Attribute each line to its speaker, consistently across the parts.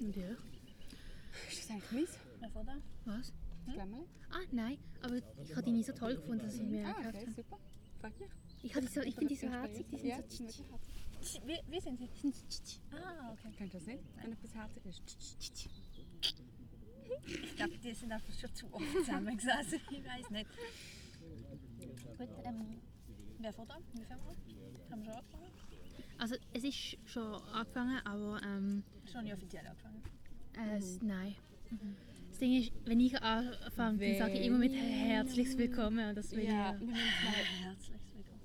Speaker 1: Eine Bier?
Speaker 2: Ist das eigentlich meins?
Speaker 1: Was?
Speaker 2: Das Lämmchen?
Speaker 1: Ah, nein. Aber ich habe deine so toll gefunden, dass ich mir
Speaker 2: Ah,
Speaker 1: gekauft
Speaker 2: okay,
Speaker 1: habe.
Speaker 2: super. Frag mich.
Speaker 1: Ich, habe die so, ich finde die so herzig. Die sind
Speaker 2: Ja,
Speaker 1: so...
Speaker 2: sind wirklich herzig.
Speaker 3: Wie, wie sind sie? Sind sie- tsch, tsch. Ah, okay.
Speaker 2: Kennst du das nicht? Wenn etwas herzig ist. Tsch, tsch, tsch, tsch.
Speaker 3: Ich glaube, die sind einfach schon zu oft zusammengesessen. Ich weiß nicht. Gut, ähm, wer fährt da? Wie fangen wir? Haben wir schon angefangen?
Speaker 1: Also es ist schon angefangen, aber ähm,
Speaker 3: Schon nicht offiziell angefangen.
Speaker 1: äh,
Speaker 2: Mhm.
Speaker 1: es- nein. Das Ding ist, wenn ich anfange, dann sage ich immer mit herzliches Willkommen. Und das will
Speaker 2: Ja,
Speaker 1: ich.
Speaker 2: wir müssen mal.
Speaker 3: Herzlich willkommen.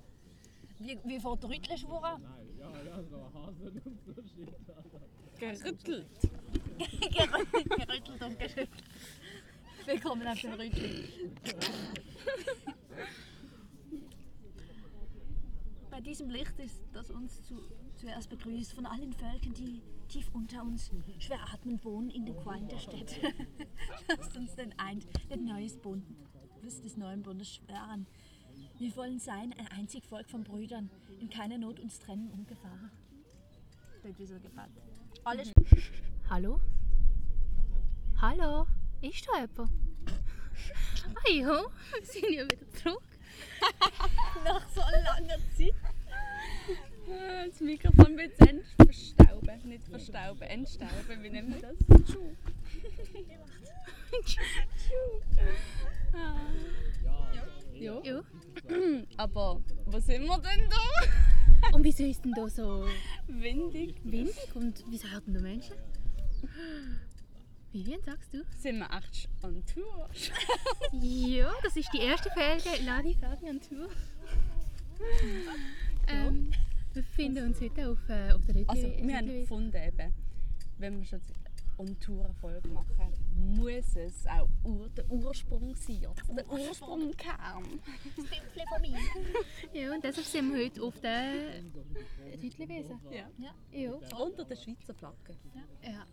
Speaker 3: Wie, wie fährt der Rüttelschwur an?
Speaker 2: Gerüttelt.
Speaker 3: Gerüttelt gerüttelt und geschüttelt. Willkommen auf dem Rüttel. Bei diesem Licht ist, das uns zu, zuerst begrüßt von allen Völkern, die tief unter uns schwer atmend wohnen in den Qualm der Städte. Lasst uns denn ein, den neues Bund, Lust des neuen Bundes schwören. Wir wollen sein, ein einzig Volk von Brüdern, in keiner Not uns trennen und Gefahr. Irgendwie so gebannt. Alle
Speaker 1: Hallo? Hallo? Ist da jemand? Ah ja, wir sind ja wieder zurück.
Speaker 3: nach so langer Zeit.
Speaker 2: Ah, Das Mikrofon wird ent- verstauben. Nicht verstauben, entstauben. Wie nennen wir das? Tschu. Tschu. Ah. Ja.
Speaker 1: Ja.
Speaker 2: Aber wo sind wir denn da?
Speaker 1: Und wieso ist denn da so
Speaker 2: Windig.
Speaker 1: windig und wieso hört denn da Menschen? Vivian, sagst du?
Speaker 2: Sind wir echt sch- on Tour?
Speaker 1: Ja, das ist die erste Folge Ladi Fabi und Tour. ähm, wir befinden uns heute auf, äh, auf der Rütli.
Speaker 2: Also, wir haben gefunden, eben, wenn wir schon on Tour eine Folge machen, muss es auch ur der Ursprung sein. Oder der Ursprung kam.
Speaker 3: Stimpfle von mir.
Speaker 1: Ja, und deshalb sind wir heute auf der Rütliwesen.
Speaker 2: Ja.
Speaker 1: Ja.
Speaker 2: Unter der Schweizer Flagge.
Speaker 1: ja.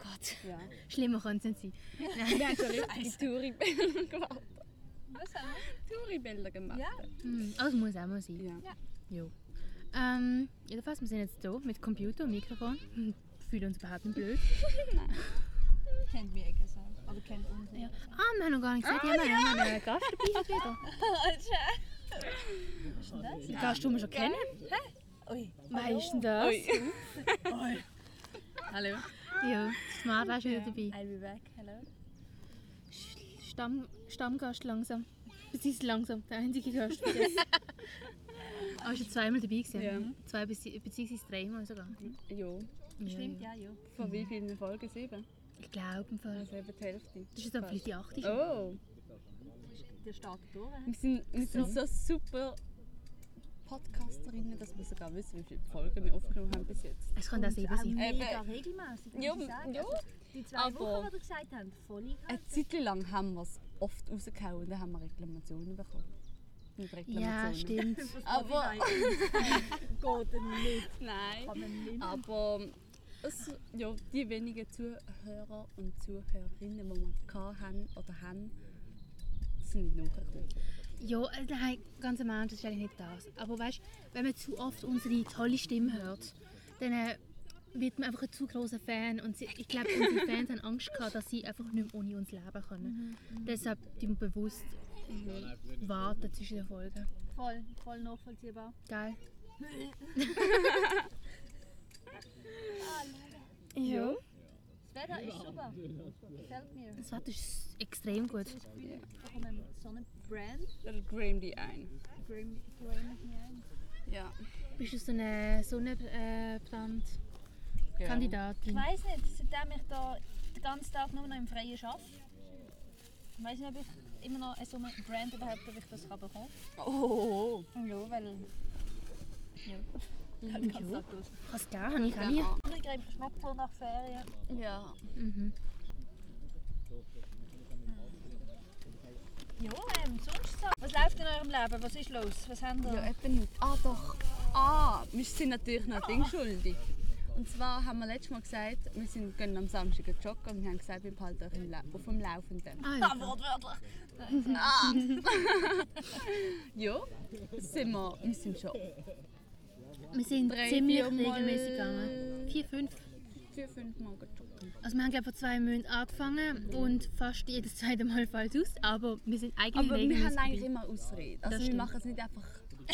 Speaker 1: Gott,
Speaker 2: Ja.
Speaker 1: schlimmer kann es nicht sein.
Speaker 2: Wir haben schon richtig Touri-Bilder gemacht.
Speaker 3: Was haben
Speaker 2: Touri-Bilder gemacht.
Speaker 3: Ja.
Speaker 1: Hm, also muss auch mal sein.
Speaker 2: Ja.
Speaker 1: Jo. Ähm, jedenfalls, wir sind jetzt hier mit Computer und Mikrofon. Hm, Fühlen uns überhaupt nicht blöd.
Speaker 3: wir? Kennt mich eh gesagt. Aber kennt uns nicht.
Speaker 1: Ja. Ah, wir haben noch gar nicht gesagt, ja, wir
Speaker 2: Ah,
Speaker 1: haben einen Gast dabei heute wieder. Den Gast, den wir schon kennen.
Speaker 3: Ui.
Speaker 1: Wer ist denn das?
Speaker 2: Ui. Hallo.
Speaker 1: Ja, Smart ist wieder dabei.
Speaker 3: I'll be back. Hello.
Speaker 1: Stamm, Stammgast langsam. Das ist langsam der einzige Gast. für das. Aber ich war zweimal dabei. Gewesen.
Speaker 2: Ja.
Speaker 1: Zwei bezieh- beziehungsweise dreimal sogar.
Speaker 2: Ja.
Speaker 3: Stimmt, ja, ja.
Speaker 2: Von wie vielen Folgen? Sieben?
Speaker 1: Ich glaube im Fall.
Speaker 2: Also eben die Hälfte.
Speaker 1: Das ist dann vielleicht die achte. schon.
Speaker 2: Oh,
Speaker 3: Der starke Tor.
Speaker 2: wir sind, wir sind so super Podcasterinnen, dass wir sogar wissen, wie viele Folgen wir aufgenommen haben bis jetzt.
Speaker 1: Es kann auch sieben sein.
Speaker 3: Mega
Speaker 2: Eben.
Speaker 3: regelmäßig. muss
Speaker 2: Ja,
Speaker 3: ich sagen.
Speaker 2: ja.
Speaker 3: Also, Die zwei
Speaker 2: Aber-
Speaker 3: Wochen, die du gesagt hast, voll
Speaker 2: Eine
Speaker 3: eingehalten.
Speaker 2: Zeit lang haben wir es oft rausgehauen und dann haben wir Reklamationen bekommen. Nicht
Speaker 1: Ja,
Speaker 2: Reklamationen.
Speaker 1: stimmt.
Speaker 2: Aber,
Speaker 3: Geht denn nicht.
Speaker 2: nein,
Speaker 3: Kann man nicht.
Speaker 2: aber es, ja, die wenigen Zuhörer und Zuhörerinnen, die wir hatten oder haben, sind nicht nachgekommen.
Speaker 1: Ja, äh, nein, ganz am Ende, das ist eigentlich nicht das. Aber weißt wenn man zu oft unsere tolle Stimme hört, dann äh, wird man einfach ein zu großer Fan. Und sie, ich glaube, unsere Fans haben Angst gehabt, dass sie einfach nicht mehr ohne uns leben können. Deshalb tun wir bewusst äh, warten zwischen den Folgen.
Speaker 3: Voll, voll nachvollziehbar.
Speaker 1: Geil.
Speaker 2: Ja.
Speaker 3: Das Wetter ist super. Gefällt mir.
Speaker 1: Das Wetter ist extrem gut.
Speaker 3: Ich bin von einem Sonnenbrand.
Speaker 2: Dann grim die ein.
Speaker 3: Grim, grim hier ein.
Speaker 2: Ja.
Speaker 1: Bist du so eine Sonnenbrand-Kandidatin?
Speaker 3: Ich weiß nicht, seitdem ich da den ganzen Tag nur noch im Freien arbeite, ich weiß nicht, ob ich immer noch so einen Brand überhaupt, ob ich das kann bekommen
Speaker 2: Oh.
Speaker 3: kann. Ja, weil... Ja. Ich habe den ganzen Tag durch.
Speaker 1: Was da? Habe ich auch nie.
Speaker 3: Ich kriege Schmeppel nach Ferien.
Speaker 2: Ja.
Speaker 1: Mhm.
Speaker 3: Ja, ähm, sonst so. Was läuft in eurem Leben? Was ist los? Was habt ihr?
Speaker 2: Ja, eben nicht. Ah, doch. Ah, wir sind natürlich noch Ding schuldig. Und zwar haben wir letztes Mal gesagt, wir sind, gehen am Samstag joggen und wir haben gesagt, wir behalten euch im La auf dem Laufenden.
Speaker 1: Ah,
Speaker 3: Ah,
Speaker 1: ja.
Speaker 3: wortwörtlich.
Speaker 2: Ah! ja, sind wir, wir sind schon
Speaker 1: Wir sind
Speaker 2: Drei,
Speaker 1: ziemlich
Speaker 2: viermal-
Speaker 1: regelmäßig gegangen. Vier, fünf.
Speaker 2: vier, fünf Mal joggen.
Speaker 1: Also wir haben glaube ich vor zwei Monaten angefangen und fast jedes zweite Mal fällt es aus, aber wir sind eigentlich
Speaker 2: Aber wir haben
Speaker 1: regelmäßig
Speaker 2: eigentlich
Speaker 1: dabei.
Speaker 2: immer Ausreden. Also wir
Speaker 1: stimmt.
Speaker 2: machen es nicht einfach,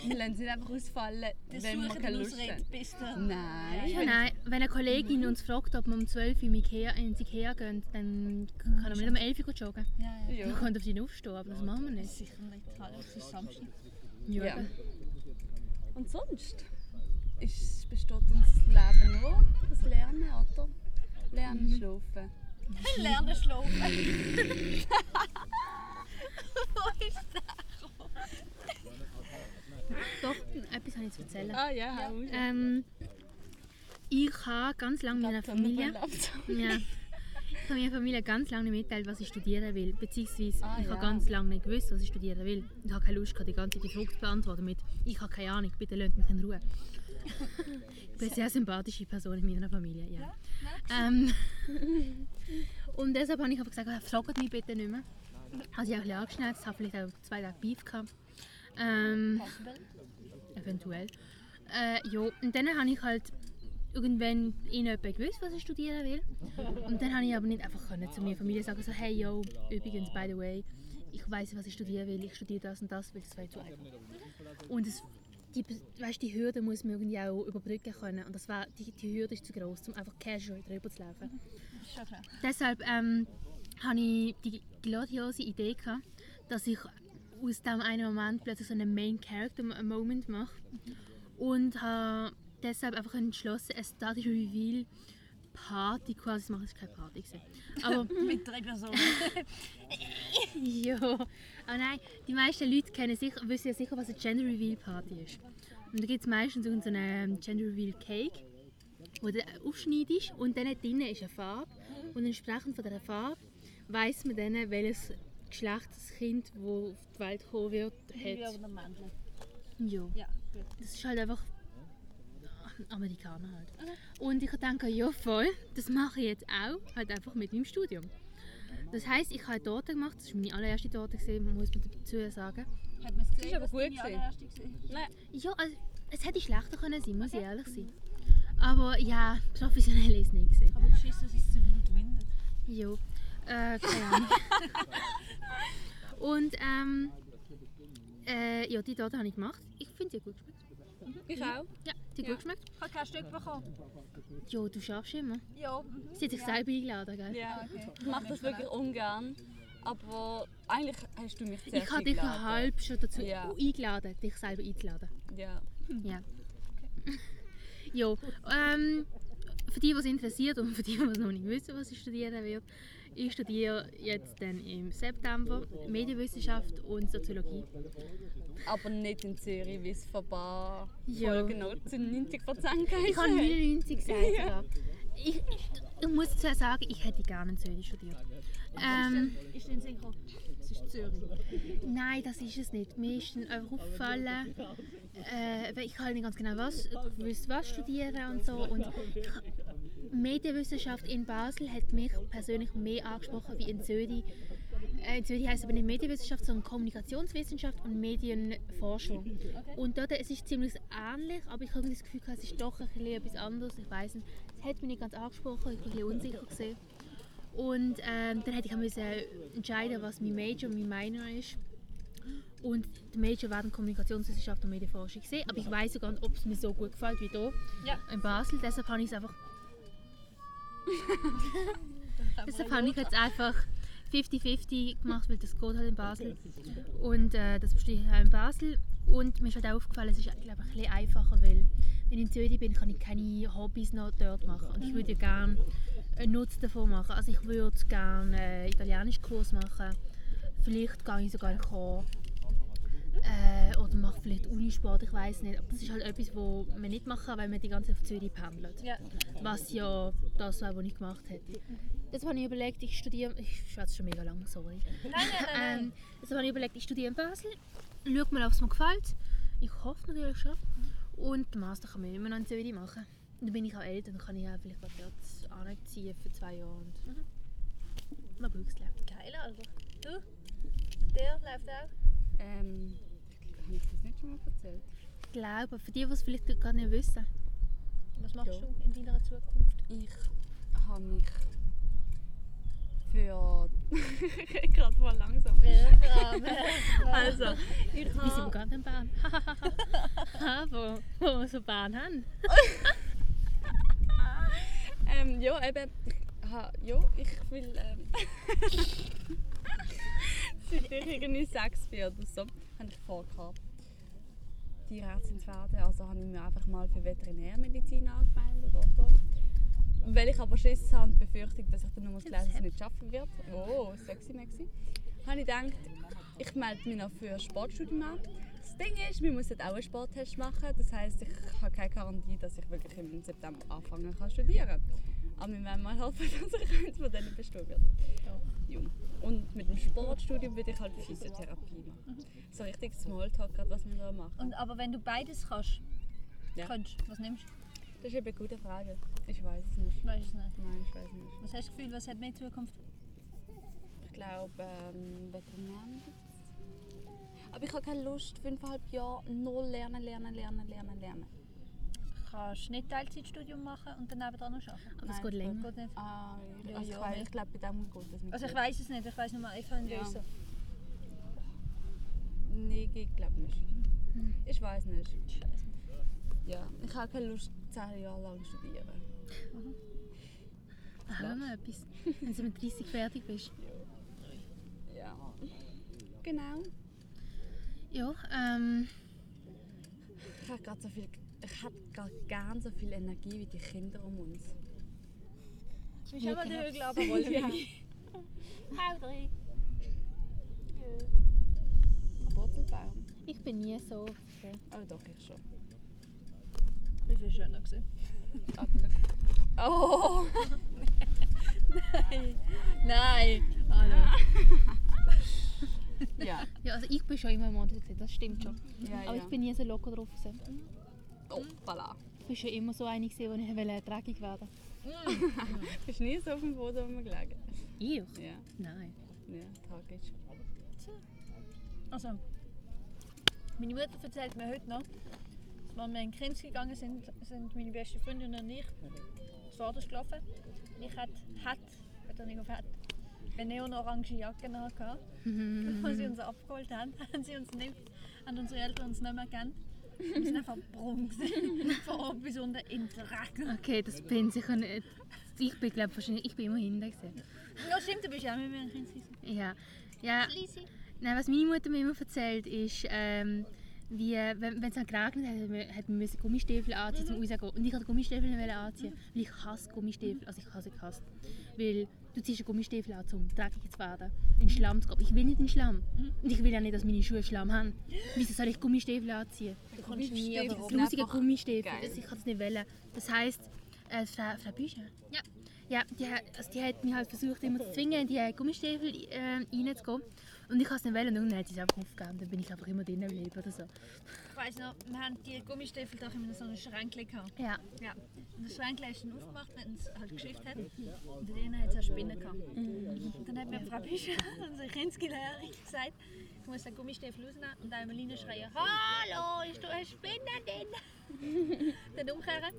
Speaker 2: wir lassen es nicht einfach ausfallen,
Speaker 3: Wir
Speaker 2: wenn wir
Speaker 3: suchen
Speaker 2: keine
Speaker 3: eine
Speaker 2: Lust
Speaker 3: Ausrede,
Speaker 2: haben.
Speaker 3: bis der...
Speaker 2: Nein.
Speaker 1: Ja, nein, wenn eine Kollegin uns fragt, ob wir um 12 Uhr im Ikea, ins Ikea gehen, dann kann man nicht um 11 Uhr joggen.
Speaker 3: Ja, ja.
Speaker 1: Man
Speaker 2: Ja.
Speaker 1: kann auf die aufstehen, aber das machen wir nicht.
Speaker 3: Sicher nicht. Hallo, es ist Samstag.
Speaker 1: Ja.
Speaker 2: Ja.
Speaker 1: eben.
Speaker 2: Und sonst ist, besteht uns das Leben nur das Lernen, oder? Lernen, schlafen.
Speaker 3: Lernen schlafen.
Speaker 1: Doch, etwas habe ich zu erzählen.
Speaker 2: Ah ja, hau raus.
Speaker 1: Ähm, ich habe ganz lange mit meiner
Speaker 2: Laptop, nochmal
Speaker 1: Familie...
Speaker 2: Laptop.
Speaker 1: Ja. Ich habe meiner Familie ganz lange nicht mitteilt, was ich studieren will. Beziehungsweise,
Speaker 2: Ah,
Speaker 1: ich habe
Speaker 2: ja.
Speaker 1: ganz lange nicht gewusst, was ich studieren will. Ich habe keine Lust gehabt, die ganze Zeit die Frage zu beantworten mit «Ich habe keine Ahnung, bitte lasst mich in Ruhe.» Ich bin eine sehr sympathische Person in meiner Familie, ja. ähm, und deshalb habe ich einfach gesagt, "Ah, «Fragt mich bitte nicht mehr.» Also ich habe ein bisschen angeschnauzt, habe vielleicht auch zwei Tage Beef gehabt. Ähm, Eventuell. Äh, ja, und dann habe ich halt irgendwann in jemand gewusst, was ich studieren will. Und dann habe ich aber nicht einfach können zu meiner Familie sagen, so, hey, yo, übrigens, by the way, ich weiß, was ich studieren will, ich studiere das und das, weil es wäre zu einfach. Und es, die, weißt, die Hürde muss man irgendwie auch überbrücken können. Und das war, die, die Hürde ist zu groß, um einfach casual drüber zu laufen. Deshalb ähm, hatte ich die grandiose Idee, gehabt, dass ich aus dem einen Moment plötzlich so einen Main Character Moment mache. Und habe deshalb einfach entschlossen, eine Static Reveal Party quasi zu machen. Es war keine Party. gewesen. Aber
Speaker 3: Mit drei Personen.
Speaker 1: ja. Aber Ah, nein, die meisten Leute kennen sicher, wissen ja sicher, was eine Gender Reveal Party ist. Und da gibt es meistens irgendeinen Gender Reveal Cake, wo du aufschneidest und dann drinnen ist eine Farbe. Und entsprechend von dieser Farbe weiss man dann, welches Geschlecht das Kind, das auf die Welt kommen wird,
Speaker 3: Ja,
Speaker 1: hat.
Speaker 3: oder Mandel.
Speaker 1: Ja.
Speaker 3: Ja, gut.
Speaker 1: Das ist halt einfach Amerikaner halt. Und ich denke, ja voll, das mache ich jetzt auch, halt einfach mit meinem Studium. Das heisst, ich habe eine Torte gemacht, das war meine allererste Torte, gewesen, muss man dazu sagen.
Speaker 3: Hat man es gesehen?
Speaker 2: aber
Speaker 3: dass
Speaker 2: gut
Speaker 3: deine
Speaker 2: gewesen.
Speaker 3: allererste gesehen?
Speaker 1: Ja, also, es hätte schlechter können sein, muss ich ehrlich sein. Aber ja, professionell ist es nicht. Gewesen.
Speaker 3: Aber geschissen, dass es zu wild windet.
Speaker 1: Ja, äh, keine Ahnung. Und ähm, äh, ja, die Torte habe ich gemacht. Ich finde sie hat gut geschmeckt.
Speaker 2: Ich auch.
Speaker 1: Ja, die hat
Speaker 2: Ja.
Speaker 1: gut geschmeckt.
Speaker 3: Ich habe kein Stück bekommen.
Speaker 1: Ja, du schaffst immer.
Speaker 3: Ja. mhm.
Speaker 1: Sie hat sich selber eingeladen, gell?
Speaker 2: Ja.
Speaker 3: Okay.
Speaker 2: Ich mache das wirklich ungern. Aber eigentlich hast du mich sehr
Speaker 1: Ich habe dich halb schon dazu
Speaker 2: Ja.
Speaker 1: eingeladen, dich selber einzuladen.
Speaker 2: Ja.
Speaker 1: Ja. ja ähm, für die, was interessiert und für die, was noch nicht wissen, was ich studieren werde, ich studiere jetzt dann im September Medienwissenschaft und Soziologie.
Speaker 2: Aber nicht in Zürich, wie es von paar
Speaker 1: Ja.
Speaker 2: Folgen noch zu 90 Prozent geheißen
Speaker 1: Ich habe
Speaker 2: hat.
Speaker 1: 99 gesagt. Ja. Ich, ich, ich muss zwar sagen, ich hätte gerne in Zürich studiert. Ähm,
Speaker 3: Ist denn Sinn gekommen? Es ist Zürich.
Speaker 1: Nein, das ist es nicht. Mir ist dann einfach aufgefallen, äh, weil ich halt nicht ganz genau was, gewusst, was studieren und so. Und ich- Medienwissenschaft in Basel hat mich persönlich mehr angesprochen wie in Zürich. Äh, in Zürich heißt aber nicht Medienwissenschaft, sondern Kommunikationswissenschaft und Medienforschung. Und dort äh, es ist ziemlich ähnlich, aber ich habe das Gefühl, gehabt, es ist doch ein bisschen etwas anderes. Ich weiß nicht, es hat mich nicht ganz angesprochen, ich war ein bisschen unsicher. Gewesen. Und ähm, dann hätte ich auch müssen entscheiden, was mein Major und mein Minor ist. Und der Major war dann Kommunikationswissenschaft und Medienforschung gesehen, aber ich weiß sogar nicht, ob es mir so gut gefällt wie hier
Speaker 3: Ja.
Speaker 1: in Basel. Deshalb habe ich es einfach. deshalb habe ich jetzt einfach 50-50 gemacht, weil das geht halt in Basel. Und äh, das verstehe ich auch in Basel. Und mir ist halt auch aufgefallen, es ist glaube ich, ein bisschen einfacher, weil wenn ich in Zürich bin, kann ich keine Hobbys noch dort machen. Und ich würde ja gerne einen Nutzen davon machen. Also ich würde gerne einen Italienischkurs machen. Vielleicht gehe ich sogar in den Chor. Äh, oder mache vielleicht Unisport, ich weiß nicht. Aber das ist halt etwas, wo man nicht machen kann, weil man die ganze Zeit auf Zürich pendelt.
Speaker 3: Ja.
Speaker 1: Was ja das war, was ich gemacht hätte. Jetzt habe ich überlegt, ich studiere... Ich schwätze schon mega lang, sorry.
Speaker 3: Nein, nein, nein.
Speaker 1: Ähm, jetzt habe ich überlegt, ich studiere in Basel. Schau mal, ob es mir gefällt. Ich hoffe natürlich schon. Und den Master kann man immer noch in Zürich machen. Dann bin ich auch älter, dann kann ich auch vielleicht gerade dort anziehen für zwei Jahre und nach Brüssel.
Speaker 3: Geil, also. Du? Der läuft auch.
Speaker 2: Ähm, habe ich das nicht schon mal erzählt?
Speaker 1: Ich glaube, für die, die es vielleicht gerade nicht wissen.
Speaker 3: Was machst
Speaker 2: Ja.
Speaker 3: du in deiner Zukunft?
Speaker 2: Ich habe mich für. ich rede gerade mal langsam. also, ich
Speaker 1: Wir sind
Speaker 2: habe.
Speaker 1: gar nicht Bahn. ha, Ah, wo, wo wir so Bahn haben.
Speaker 2: Ähm, ja, eben. Ha, ja, ich will. Ähm, seit ich irgendwie sechs bin oder so, habe ich vorgehabt, Tierärztin zu werden. Also habe ich mich einfach mal für Veterinärmedizin angemeldet, oder? Weil ich aber Schiss habe und die Befürchtung, dass ich dann nur das Gleiche nicht schaffen wird. Oh, sexy maxi. Habe ich gedacht, ich melde mich noch für ein Sportstudium an. Das Ding ist, wir müssen auch einen Sporttest machen. Das heisst, ich habe keine Garantie, dass ich wirklich im September anfangen kann zu studieren. Aber wir werden mal hoffen, dass ich eins von denen bestehen wird. Ja. Und mit dem Sportstudium würde ich halt Physiotherapie machen. So richtig Smalltalk, gerade, was wir da machen.
Speaker 3: Und, aber wenn du beides kannst,
Speaker 2: Ja.
Speaker 3: könntest, was nimmst du?
Speaker 2: Das ist eben eine gute Frage. Ich weiß es nicht.
Speaker 3: Ich weiß es nicht.
Speaker 2: Nein, ich weiß es nicht.
Speaker 3: Was hast du Gefühl, was hat mehr Zukunft?
Speaker 2: Ich glaube, ähm, Veterinärmedizin. Aber ich habe keine Lust, fünfeinhalb Jahre nur lernen, lernen, lernen, lernen, lernen.
Speaker 3: Kannst du nicht Teilzeitstudium machen und daneben dran noch arbeiten?
Speaker 1: Aber es
Speaker 2: Nein,
Speaker 1: geht länger.
Speaker 3: Geht nicht.
Speaker 2: Ah, ja,
Speaker 3: Ja,
Speaker 2: also
Speaker 3: ja,
Speaker 2: ich weiß-
Speaker 3: weil-
Speaker 2: ich glaube, bei dem geht das nicht.
Speaker 3: Also ich weiß es nicht, ich weiß nur mal, ich habe
Speaker 2: Ja.
Speaker 3: ja.
Speaker 2: Nee, ich glaube nicht. Ich weiß nicht. Hm. Ja, ich habe keine Lust, zehn Jahre lang zu studieren.
Speaker 1: Haben wir etwas. Wenn du mit 30 fertig bist.
Speaker 2: Ja. Genau.
Speaker 1: Ja, ähm,
Speaker 2: Ich habe gerade so viel. Ich hätte gerade gern so viel Energie wie die Kinder um uns.
Speaker 3: Ich muss auch mal den Hügel runterrollen.
Speaker 2: Ja.
Speaker 3: Hau rein.
Speaker 2: Wurzelbaum.
Speaker 1: ich bin nie so.
Speaker 2: Oh doch, ich schon.
Speaker 3: Wie viel schöner gesehen.
Speaker 2: Ah, Glück. Oh!
Speaker 3: Nein! Hallo.
Speaker 2: Ja.
Speaker 1: Ja, also ich bin schon immer model, gewesen, das stimmt schon.
Speaker 2: Ah, ja, Oh,
Speaker 1: Aber ich bin nie so locker drauf. gewesen.
Speaker 2: Hoppala.
Speaker 1: Ich war schon immer so eine, gewesen, die ich wollte dreckig werden
Speaker 2: Bist du nie so auf dem Boden rumgelegen?
Speaker 1: Ich?
Speaker 2: Ja.
Speaker 1: Nein.
Speaker 2: Ja, tragisch.
Speaker 3: Also, meine Mutter erzählt mir heute noch, als wir in Krems gegangen sind, sind meine beste Freundin und ich vorderst gelaufen. Und ich hatte, hat, ich weiß nicht auf hat, eine neon-orange Jacke nachgehabt. Und als sie uns abgeholt haben, haben sie uns nicht, haben unsere Eltern uns nicht mehr gekannt. Wir sind einfach braun gewesen. Von oben bis unten in Dreck.
Speaker 1: Okay, das bin ich sicher nicht. Ich bin, glaube wahrscheinlich, ich bin immer hinten. Gewesen.
Speaker 3: Ja, stimmt, du bist ja auch mit mir in Krems gewesen.
Speaker 1: Ja. ja.
Speaker 3: Lisi.
Speaker 1: Nein, was meine Mutter mir immer erzählt, ist, ähm, wie, äh, wenn wenn es dann geregnet hat, hat man- hat man müssen Gummistiefel anziehen, um rauszugehen. Und ich wollte Gummistiefel nicht anziehen, weil ich hasse Gummistiefel. Also ich hasse ich hasse. Weil du ziehst einen Gummistiefel an, um dreckig zu werden, in den Schlamm zu gehen. Ich will nicht in den Schlamm. Und ich will ja nicht, dass meine Schuhe Schlamm haben. Wieso soll ich Gummistiefel anziehen?
Speaker 2: Du
Speaker 3: kommst nie wieder
Speaker 1: Das
Speaker 3: Das
Speaker 1: lustige Gummistiefel.
Speaker 2: geil.
Speaker 1: Das, ich kann es nicht wählen. Das heisst, äh, Frau, Frau Bücher. Ja. Ja, die, hat- also die hat mich halt versucht, immer zu zwingen, in die äh, Gummistiefel äh, reinzugehen. Und ich kann es nicht wählen. Und dann hat sie es einfach aufgegeben. Dann bin ich einfach immer drin geblieben oder so.
Speaker 3: Ich weiss noch, wir haben die Gummistiefel doch in so einem Schränkchen gehabt.
Speaker 1: Ja.
Speaker 3: Ja, und das Schränkchen hast du dann aufgemacht, wenn es halt geschickt hat. Und drinnen hat es eine Spinne gehabt. Und dann hat mir Frau Büscher, unsere Kindsgelehrerin, gesagt, ich muss den Gummistiefel rausnehmen und einmal reinschreien: Hallo, ist da eine Spinne drin? dann umkehren,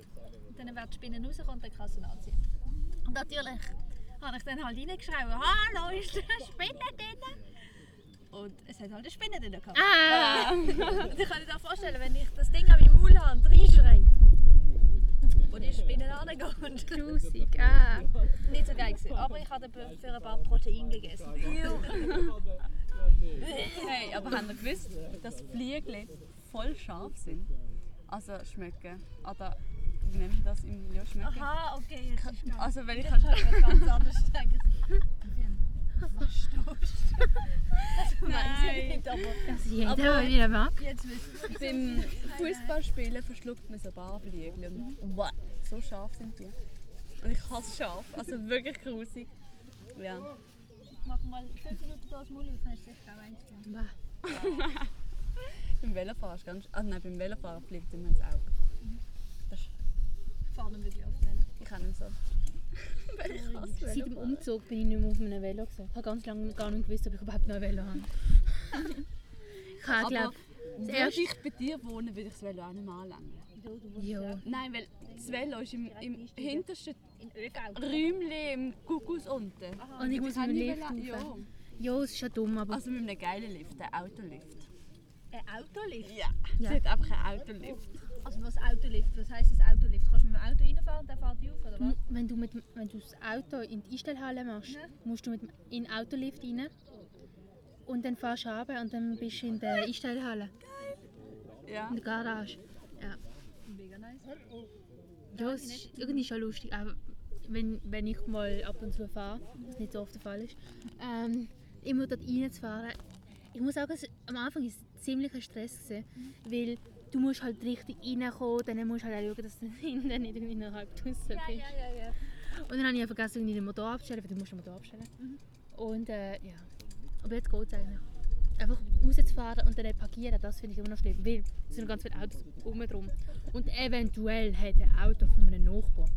Speaker 3: und dann wird die Spinne rauskommen und dann kann sie ihn anziehen. Und natürlich habe ich dann halt reingeschrien: Hallo, ist da eine Spinne drin? Und es hat halt eine Spinne drin gehabt.
Speaker 1: Ah!
Speaker 3: Und ich kann mir das vorstellen, wenn ich das Ding an meinem Maul habe und reinschreie. Wo die Spinne angeht.
Speaker 1: Grusig. Ah!
Speaker 3: Nicht so geil gewesen. Aber ich habe dafür für ein paar Protein gegessen.
Speaker 2: Hey, aber habt ihr gewusst, dass Fliegel voll scharf sind? Also schmecken. Oder wie nennt man das im Milieu schmecken?
Speaker 3: Aha, okay. Jetzt ist ganz,
Speaker 2: Also wenn ich
Speaker 3: jetzt habe ich etwas ganz anderes denken. Weiss ich
Speaker 2: Nein.
Speaker 3: nicht, aber
Speaker 1: Das ist jeder,
Speaker 2: Aber-
Speaker 1: der wieder mag.
Speaker 3: jetzt wisst ihr.
Speaker 2: Beim Fußballspielen verschluckt man so ein paar Fliegel. Und wow, so scharf sind die. Und ich hasse scharf. Also wirklich grusig. Ja.
Speaker 3: Mach mal 5 Minuten das Maul auf, dann hast du sicher auch eins gefunden.
Speaker 1: Bah.
Speaker 2: Beim Velofahren ist ganz. Ah nein, beim Velofahren fliegt immer ins Auge. Das ist-
Speaker 3: Fahren wirklich aufnehmen.
Speaker 2: Ich kann nicht so. Weil ich hasse
Speaker 1: Seit dem Umzug bin ich nicht mehr auf einem Velo. Gewesen. Ich habe ganz lange gar nicht gewusst, ob ich überhaupt noch ein Velo habe. ich habe,
Speaker 2: Aber
Speaker 1: glaube
Speaker 2: würde
Speaker 1: erste-
Speaker 2: ich bei dir wohnen, würde ich das Velo auch nicht mehr anlangen.
Speaker 3: Velo, du musst
Speaker 1: Jo.
Speaker 2: Nein, weil das Velo ist im, im hintersten
Speaker 3: in ÖV.
Speaker 2: Räumchen im Kuckus unten.
Speaker 1: Und ich muss
Speaker 2: kann
Speaker 1: mit dem
Speaker 2: nicht
Speaker 1: Lift
Speaker 2: mehr la-
Speaker 1: rauf. Jo, es ist schon dumm, aber
Speaker 2: Also mit einem geilen Lift, einem Autolift.
Speaker 3: Ein Autolift.
Speaker 2: Ja. Es hat einfach einen Autolift.
Speaker 3: Also was Autolift? dus Was heisst das Autolift? Kannst du mit dem Auto reinfahren und dann fährt die auf, oder was?
Speaker 1: M- wenn du, mit, dem- wenn du das Auto in die Einstellhalle machst, musst du mit dem, in den Autolift rein und dann fährst du runter und dann bist du in der Einstellhalle,
Speaker 2: Ja.
Speaker 1: in der Garage. Ja.
Speaker 3: Mega nice.
Speaker 1: Ja, es ist irgendwie schon lustig, auch wenn, wenn ich mal ab und zu fahre, was nicht so oft der Fall ist. Ähm, immer dort reinzufahren. Ich muss sagen, es, am Anfang war es ziemlich ein Stress, gewesen,
Speaker 3: Mhm.
Speaker 1: weil du musst halt richtig reinkommen, dann musst du halt auch schauen, dass du hinten nicht irgendwie noch halb draussen bist.
Speaker 3: Ja, ja, ja, ja.
Speaker 1: Und dann habe ich vergessen, irgendwie den Motor abzustellen, weil du musst den Motor abstellen. Und äh, ja. Aber jetzt geht es eigentlich. Einfach rauszufahren und dann nicht parkieren, das finde ich immer noch schlimm, weil es sind ganz viele Autos um drum. Und eventuell hat ein Auto von einem Nachbarn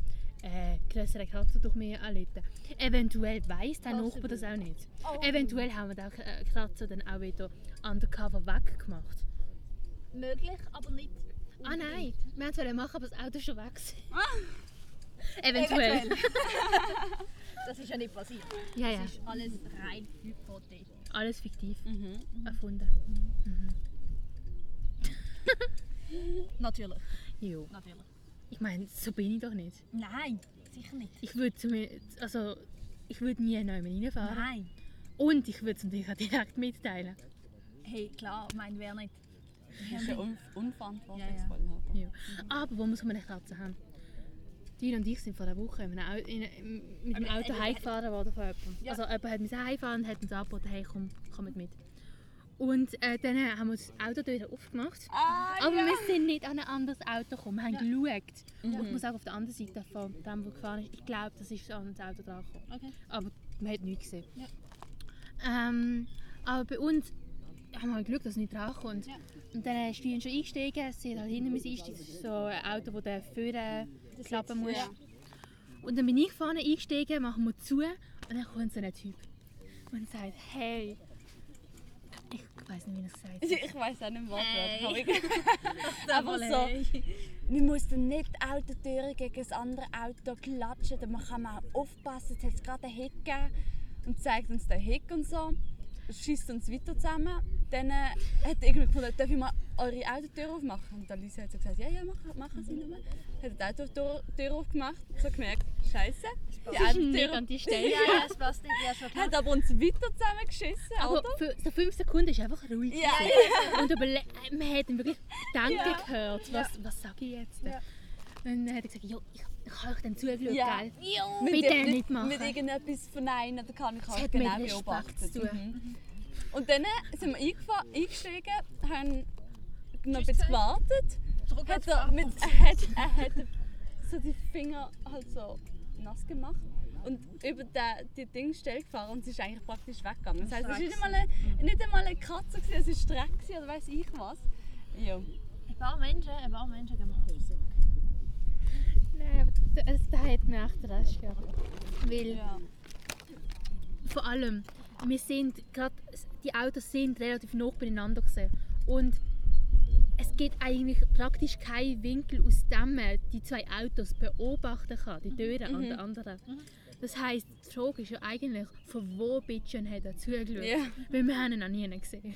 Speaker 1: äh, größere Kratzer durch mich erlitten. Eventuell weiß der
Speaker 3: Possible.
Speaker 1: Nachbar das auch nicht. Eventuell haben wir den K- äh, Kratzer dann auch wieder undercover weggemacht.
Speaker 3: Möglich, aber nicht.
Speaker 1: Ah nein, wir wollten es machen, aber das Auto ist schon weg.
Speaker 2: Ah.
Speaker 1: Eventuell.
Speaker 3: Das ist ja nicht passiert.
Speaker 1: Ja, ja.
Speaker 3: Das ist alles rein hypothetisch.
Speaker 1: Alles fiktiv.
Speaker 2: Mhm.
Speaker 1: Erfunden.
Speaker 3: Natürlich,
Speaker 1: Jo.
Speaker 3: natürlich.
Speaker 1: Ich meine, so bin ich doch nicht.
Speaker 3: Nein, sicher nicht.
Speaker 1: Ich würde zu mir, also ich würde nie neu reinfahren.
Speaker 3: Nein.
Speaker 1: Und ich würde es natürlich auch direkt mitteilen.
Speaker 3: Hey, klar, mein wer nicht.
Speaker 2: Das ist ja un unverantwortungsvoll. aber.
Speaker 1: Ja. Aber wo wir so eine Katze haben. Die und ich sind vor einer Woche in einem Au- in, in, mit dem Auto heimgefahren worden von jemandem.
Speaker 3: Ja.
Speaker 1: Also jemand hat mich heimgefahren und hat uns angeboten, hey komm, kommt mit. Und äh, dann äh, haben wir das Auto wieder aufgemacht.
Speaker 2: Ah,
Speaker 1: Aber wir sind nicht an ein anderes Auto gekommen, wir haben geschaut. Und ich muss sagen, auf der anderen Seite von dem, wo gefahren ist, ich glaube, das ist an das Auto dran gekommen.
Speaker 3: Okay.
Speaker 1: Aber man hat nichts gesehen. Ähm, aber bei uns haben wir halt Glück, dass es nicht rankommt.
Speaker 3: Ja.
Speaker 1: Und dann ist die schon eingestiegen, es sind halt hinter mir einsteigen. Das ist so ein Auto, wo der vorne klappen muss.
Speaker 2: Ja.
Speaker 1: Und dann bin ich vorne eingestiegen, machen wir zu und dann kommt so ein Typ und sagt, hey, ich weiß nicht, wie er es gesagt hat.
Speaker 2: Ich weiß auch nicht, was
Speaker 3: Hey.
Speaker 2: Aber so, wir mussten nicht die Autotür gegen das andere Auto klatschen. Da kann man aufpassen, jetzt hat es gerade einen Hick gegeben und zeigt uns den Hick und so. Schießt uns weiter zusammen. Dann äh, hat irgendwie gefragt, darf ich mal eure Autotür aufmachen? Und dann Lisa hat so gesagt, ja, ja, machen, machen Sie nur. Hat die Autotür Tür aufgemacht, so gemerkt, Scheiße, die
Speaker 1: Das ist nicht an
Speaker 2: Autotür.
Speaker 1: die Stelle.
Speaker 3: Ja, ja, es passt nicht. Ja, schon klar.
Speaker 2: Hat aber uns weiter zusammengeschissen,
Speaker 1: Aber
Speaker 2: oder?
Speaker 1: für so fünf Sekunden ist einfach ruhig.
Speaker 2: Ja,
Speaker 1: Und überle- äh, man hat ihn wirklich denken
Speaker 2: Ja.
Speaker 1: gehört, was, was sage ich jetzt?
Speaker 3: Ja.
Speaker 1: Und dann hat er gesagt, ja, ich, ich habe euch dann zugeschaut,
Speaker 2: Ja.
Speaker 1: gell?
Speaker 3: Jo.
Speaker 2: mit
Speaker 1: Bitte
Speaker 2: ir-
Speaker 1: nicht machen.
Speaker 2: Mit irgendetwas verneinen, da kann ich
Speaker 1: Das
Speaker 2: auch
Speaker 1: hat mit
Speaker 2: genau
Speaker 1: Respekt
Speaker 2: beobachten.
Speaker 1: zu tun.
Speaker 2: Mhm. Und dann sind wir eingefahren, eingestiegen, haben noch ein bisschen gewartet.
Speaker 3: Zurück
Speaker 2: Hat
Speaker 3: hat
Speaker 2: er, mit, er, hat, er hat so die Finger halt so nass gemacht und über den, die Dingstelle gefahren und sie ist eigentlich praktisch weggegangen. Das heisst, es war nicht einmal eine, nicht einmal eine Katze, gewesen, es war Dreck gewesen oder weiß ich was. Ja.
Speaker 3: Ein paar Menschen, ein paar Menschen gehen wir
Speaker 1: Nein, aber da- also, da hat mir echt recht, ja. Weil
Speaker 2: ja.
Speaker 1: vor allem, wir sind gerade, die Autos sind relativ nah beieinander gewesen. Und es gibt eigentlich praktisch keinen Winkel, aus dem man die zwei Autos beobachten kann, die Türen an der anderen. Das heisst, die Frage ist ja eigentlich, von wo bitte schön hat er zugeschaut?
Speaker 2: Ja.
Speaker 1: Weil wir haben ihn noch nie gesehen.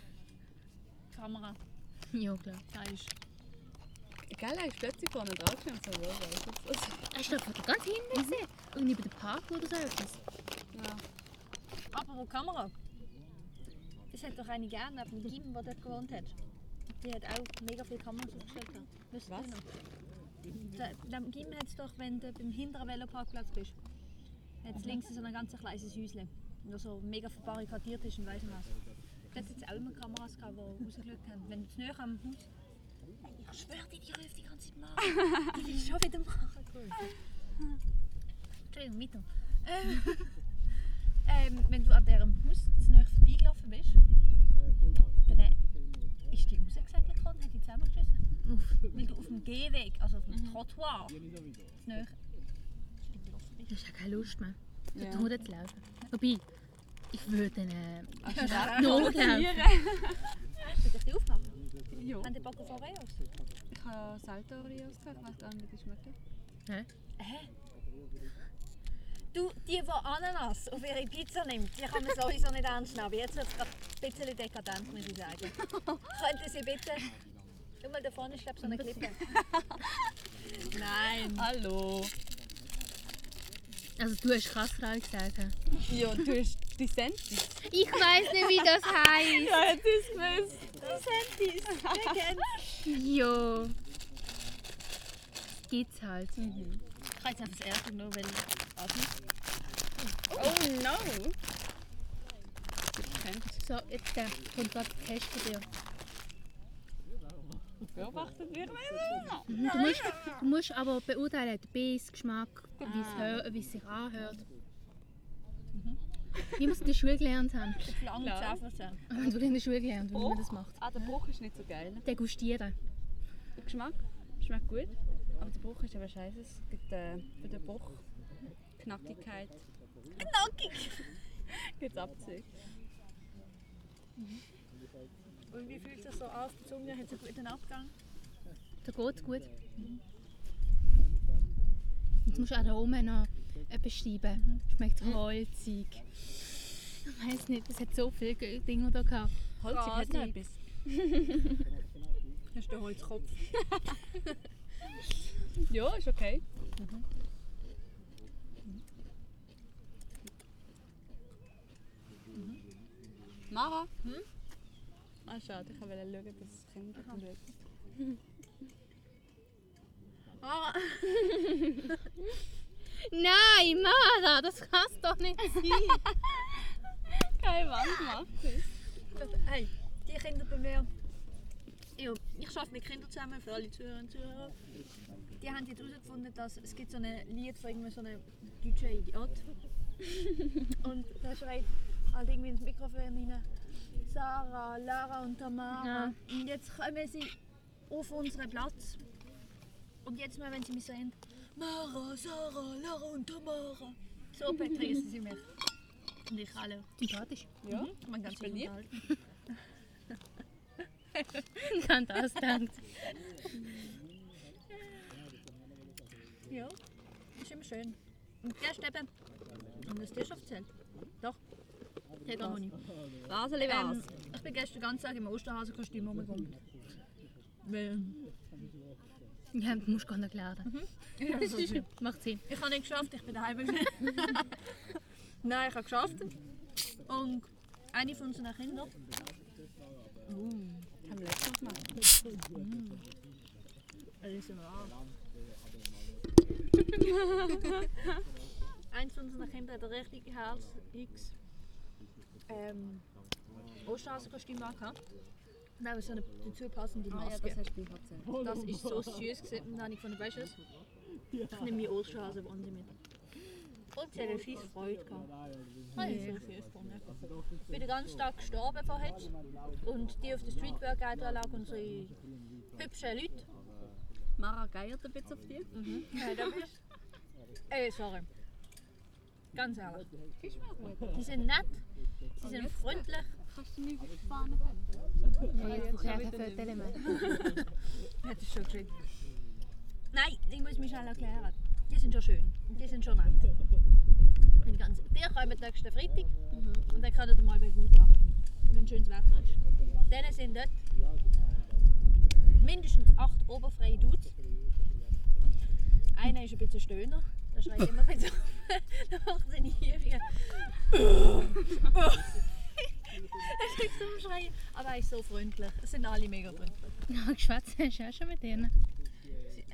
Speaker 3: Kamera,
Speaker 1: Ja, klar.
Speaker 3: da ist.
Speaker 2: Gell, er ist plötzlich vorne dran gestanden und so, wow, was ist das?
Speaker 1: Er ist glaub ich, von ganz hinten gesehen. Irgendwie bei der Park oder so etwas.
Speaker 2: Ja.
Speaker 3: Aber wo Kamera? Es hat doch eine gerne neben dem Gim, der dort gewohnt hat. Die hat auch mega viele Kameras aufgestellt. Wisst ihr
Speaker 2: Was?
Speaker 3: noch? Da- Neben dem Gim hat es doch, wenn du beim hinteren Veloparkplatz bist, hat es links so ein ganz kleines Häuschen, das so mega verbarrikadiert ist und weiss nicht was. Dort hat es auch immer Kameras gehabt, die rausgeschaut haben. Wenn du näher am Haus... Ich schwöre dir, die ruft die ganze Zeit mal an. Die will schon wieder machen. Cool. Entschuldigung, mit ähm, ähm, Wenn du an diesem Haus zu nahe vorbeigelaufen bist, dann äh, ist die rausgesäckelt worden, hat die zusammengeschissen. Weil du auf dem Gehweg, also auf dem Trottoir, zu nahe vorbeigelaufen bist.
Speaker 1: Du hast ja keine Lust mehr, so
Speaker 2: Ja.
Speaker 1: ja. zu laufen. Wobei, Ich würde äh, einen
Speaker 3: Kannst
Speaker 1: Notlaufen.
Speaker 3: du dich aufmachen?
Speaker 2: Ja.
Speaker 3: Haben die Backe von Reos?
Speaker 2: Ich habe Salto-Rios gehabt, ich weiß gar nicht, wie die schmecken.
Speaker 1: Hä?
Speaker 3: Hä? Du, die, die Ananas auf ihre Pizza nimmt, die kann man sowieso nicht ernst nehmen. Aber Jetzt wird es gerade ein bisschen dekadent, muss ich sagen. Könnten Sie bitte... Schau mal, da vorne ist glaub ich, so eine Klippe. Nein.
Speaker 2: Hallo!
Speaker 1: Also du hast Kassrau gesagt. hä?
Speaker 2: Ja, du hast die Sentis.
Speaker 1: Ich weiß nicht, wie das heißt.
Speaker 2: Ja, jetzt ist es.
Speaker 3: Das Handys. Wir kennen.
Speaker 1: Jo. Gibt's halt.
Speaker 2: Mhm.
Speaker 3: Ich kann jetzt einfach das erste nur, weil... Adi.
Speaker 2: Oh no! Ich könnte
Speaker 1: So, jetzt äh, kommt gerade der Test von dir.
Speaker 2: beobachtet werden.
Speaker 1: Mhm, Du musst, du musst aber beurteilen, den Biss, Geschmack,
Speaker 2: Genau.
Speaker 1: wie es hör- wie es sich anhört. Wie wir es in der Schule gelernt haben.
Speaker 3: Lange
Speaker 2: Klar.
Speaker 3: Zauberstern.
Speaker 1: Haben wir in der Schule gelernt, wie
Speaker 2: Oh.
Speaker 1: man das macht.
Speaker 2: Ah, der Bruch ist nicht so geil.
Speaker 1: Degustieren.
Speaker 2: Der Geschmack schmeckt gut, aber der Bruch ist eben scheiße. Es gibt äh, für den Bruch Knackigkeit.
Speaker 3: Knackig.
Speaker 2: Gibt's Abzüge.
Speaker 3: Und wie fühlt sich so auf die Zunge? Hat es einen guten Abgang?
Speaker 1: Da geht's gut. Jetzt musst du Aromen noch äh, beschreiben. Schmeckt holzig. Ich weiß nicht, es hat so viele ge- Dinge da gehabt.
Speaker 2: Holzig
Speaker 3: Ah,
Speaker 2: hat noch
Speaker 3: nicht.
Speaker 2: etwas.
Speaker 3: Hast du einen Holzkopf?
Speaker 2: Ja, ist okay. Mhm. Mara? Hm? Ah, schade, ich wollte schauen, dass es Kind schaut.
Speaker 3: Ah,
Speaker 1: Nein, Mara, das kann's doch nicht sein.
Speaker 2: Keine Wand macht es.
Speaker 3: hey, die Kinder bei mir. Ja, ich arbeite mit Kindern zusammen, für alle Zuhörer und Zuhörer. Die haben jetzt herausgefunden, dass es gibt so ein Lied von irgendeinem so einem deutschen Idiot. und da schreit halt irgendwie ins Mikrofon rein. Sarah, Lara und Tamara.
Speaker 1: Ja.
Speaker 3: Und jetzt kommen sie auf unseren Platz. Und jetzt mal, wenn sie mich sehen. Mara, Sarah, Lara und Tamara. So begrüßen sie mich. Und ich alle.
Speaker 1: Sympathisch.
Speaker 2: Ja?
Speaker 3: Man kann sich
Speaker 2: Beliebt.
Speaker 3: unterhalten.
Speaker 1: Ich kann das denken.
Speaker 3: Ja, ist immer schön. Und der Steppe. Und das Tisch aufzählt. Doch. Hey, da ich.
Speaker 2: Baseli
Speaker 3: Ähm,
Speaker 2: war's.
Speaker 3: ich bin gestern den ganzen Tag im Osterhasenkostüm rumgekommen. Weil
Speaker 1: Ja, du musst gar nicht lernen. Das ist, macht Sinn.
Speaker 3: ich habe nicht geschafft, ich bin daheim geblieben. Nein, ich habe geschafft. Und eine von unseren Kindern.
Speaker 2: Haben wir letztes Mal gemacht.
Speaker 3: Mm. Elise Eins von unseren Kindern hat ein richtig Herz X ähm, Osterhasenkostüm angehabt. Und dann so eine dazu passende
Speaker 2: Ah ja, das
Speaker 3: Maske.
Speaker 2: hast du mir erzählt.
Speaker 3: Das ist so süß gewesen. Und dann habe ich gefunden, weißt du was? Ich nehme die Osterhase wollen sie mit. Und sie hat eine scheisse Freude gehabt. Ah, Habe ich so süß gefunden. Ich bin den ganzen Tag gestorben vorher. Und die auf der Street Workout lag unsere hübschen Leute.
Speaker 2: Mara geiert ein bisschen auf dich.
Speaker 3: Nein, da bist Ey, sorry. Ganz ehrlich.
Speaker 2: Ist mir gut.
Speaker 3: Die sind nett, sie sind freundlich.
Speaker 2: Kannst du nicht fahren?
Speaker 1: Ja, jetzt brauche ich einfach ein Foto mehr.
Speaker 3: Ja, das ist schon geschrieben. Nein, ich muss mich schnell erklären. Die sind schon schön und die sind schon nett. Bin ganz die kommen nächsten Freitag und dann könnt ihr mal begutachten, wenn schönes Wetter ist. Denen sind dort mindestens acht oberfreie Dudes. Einer ist ein bisschen stöhner, der schreit immer ein bisschen Der macht seine Hirn. Er ist so am Schreien, aber er ist so freundlich. Es sind alle mega freundlich.
Speaker 1: Ja, geschwätzt hast du auch schon mit denen.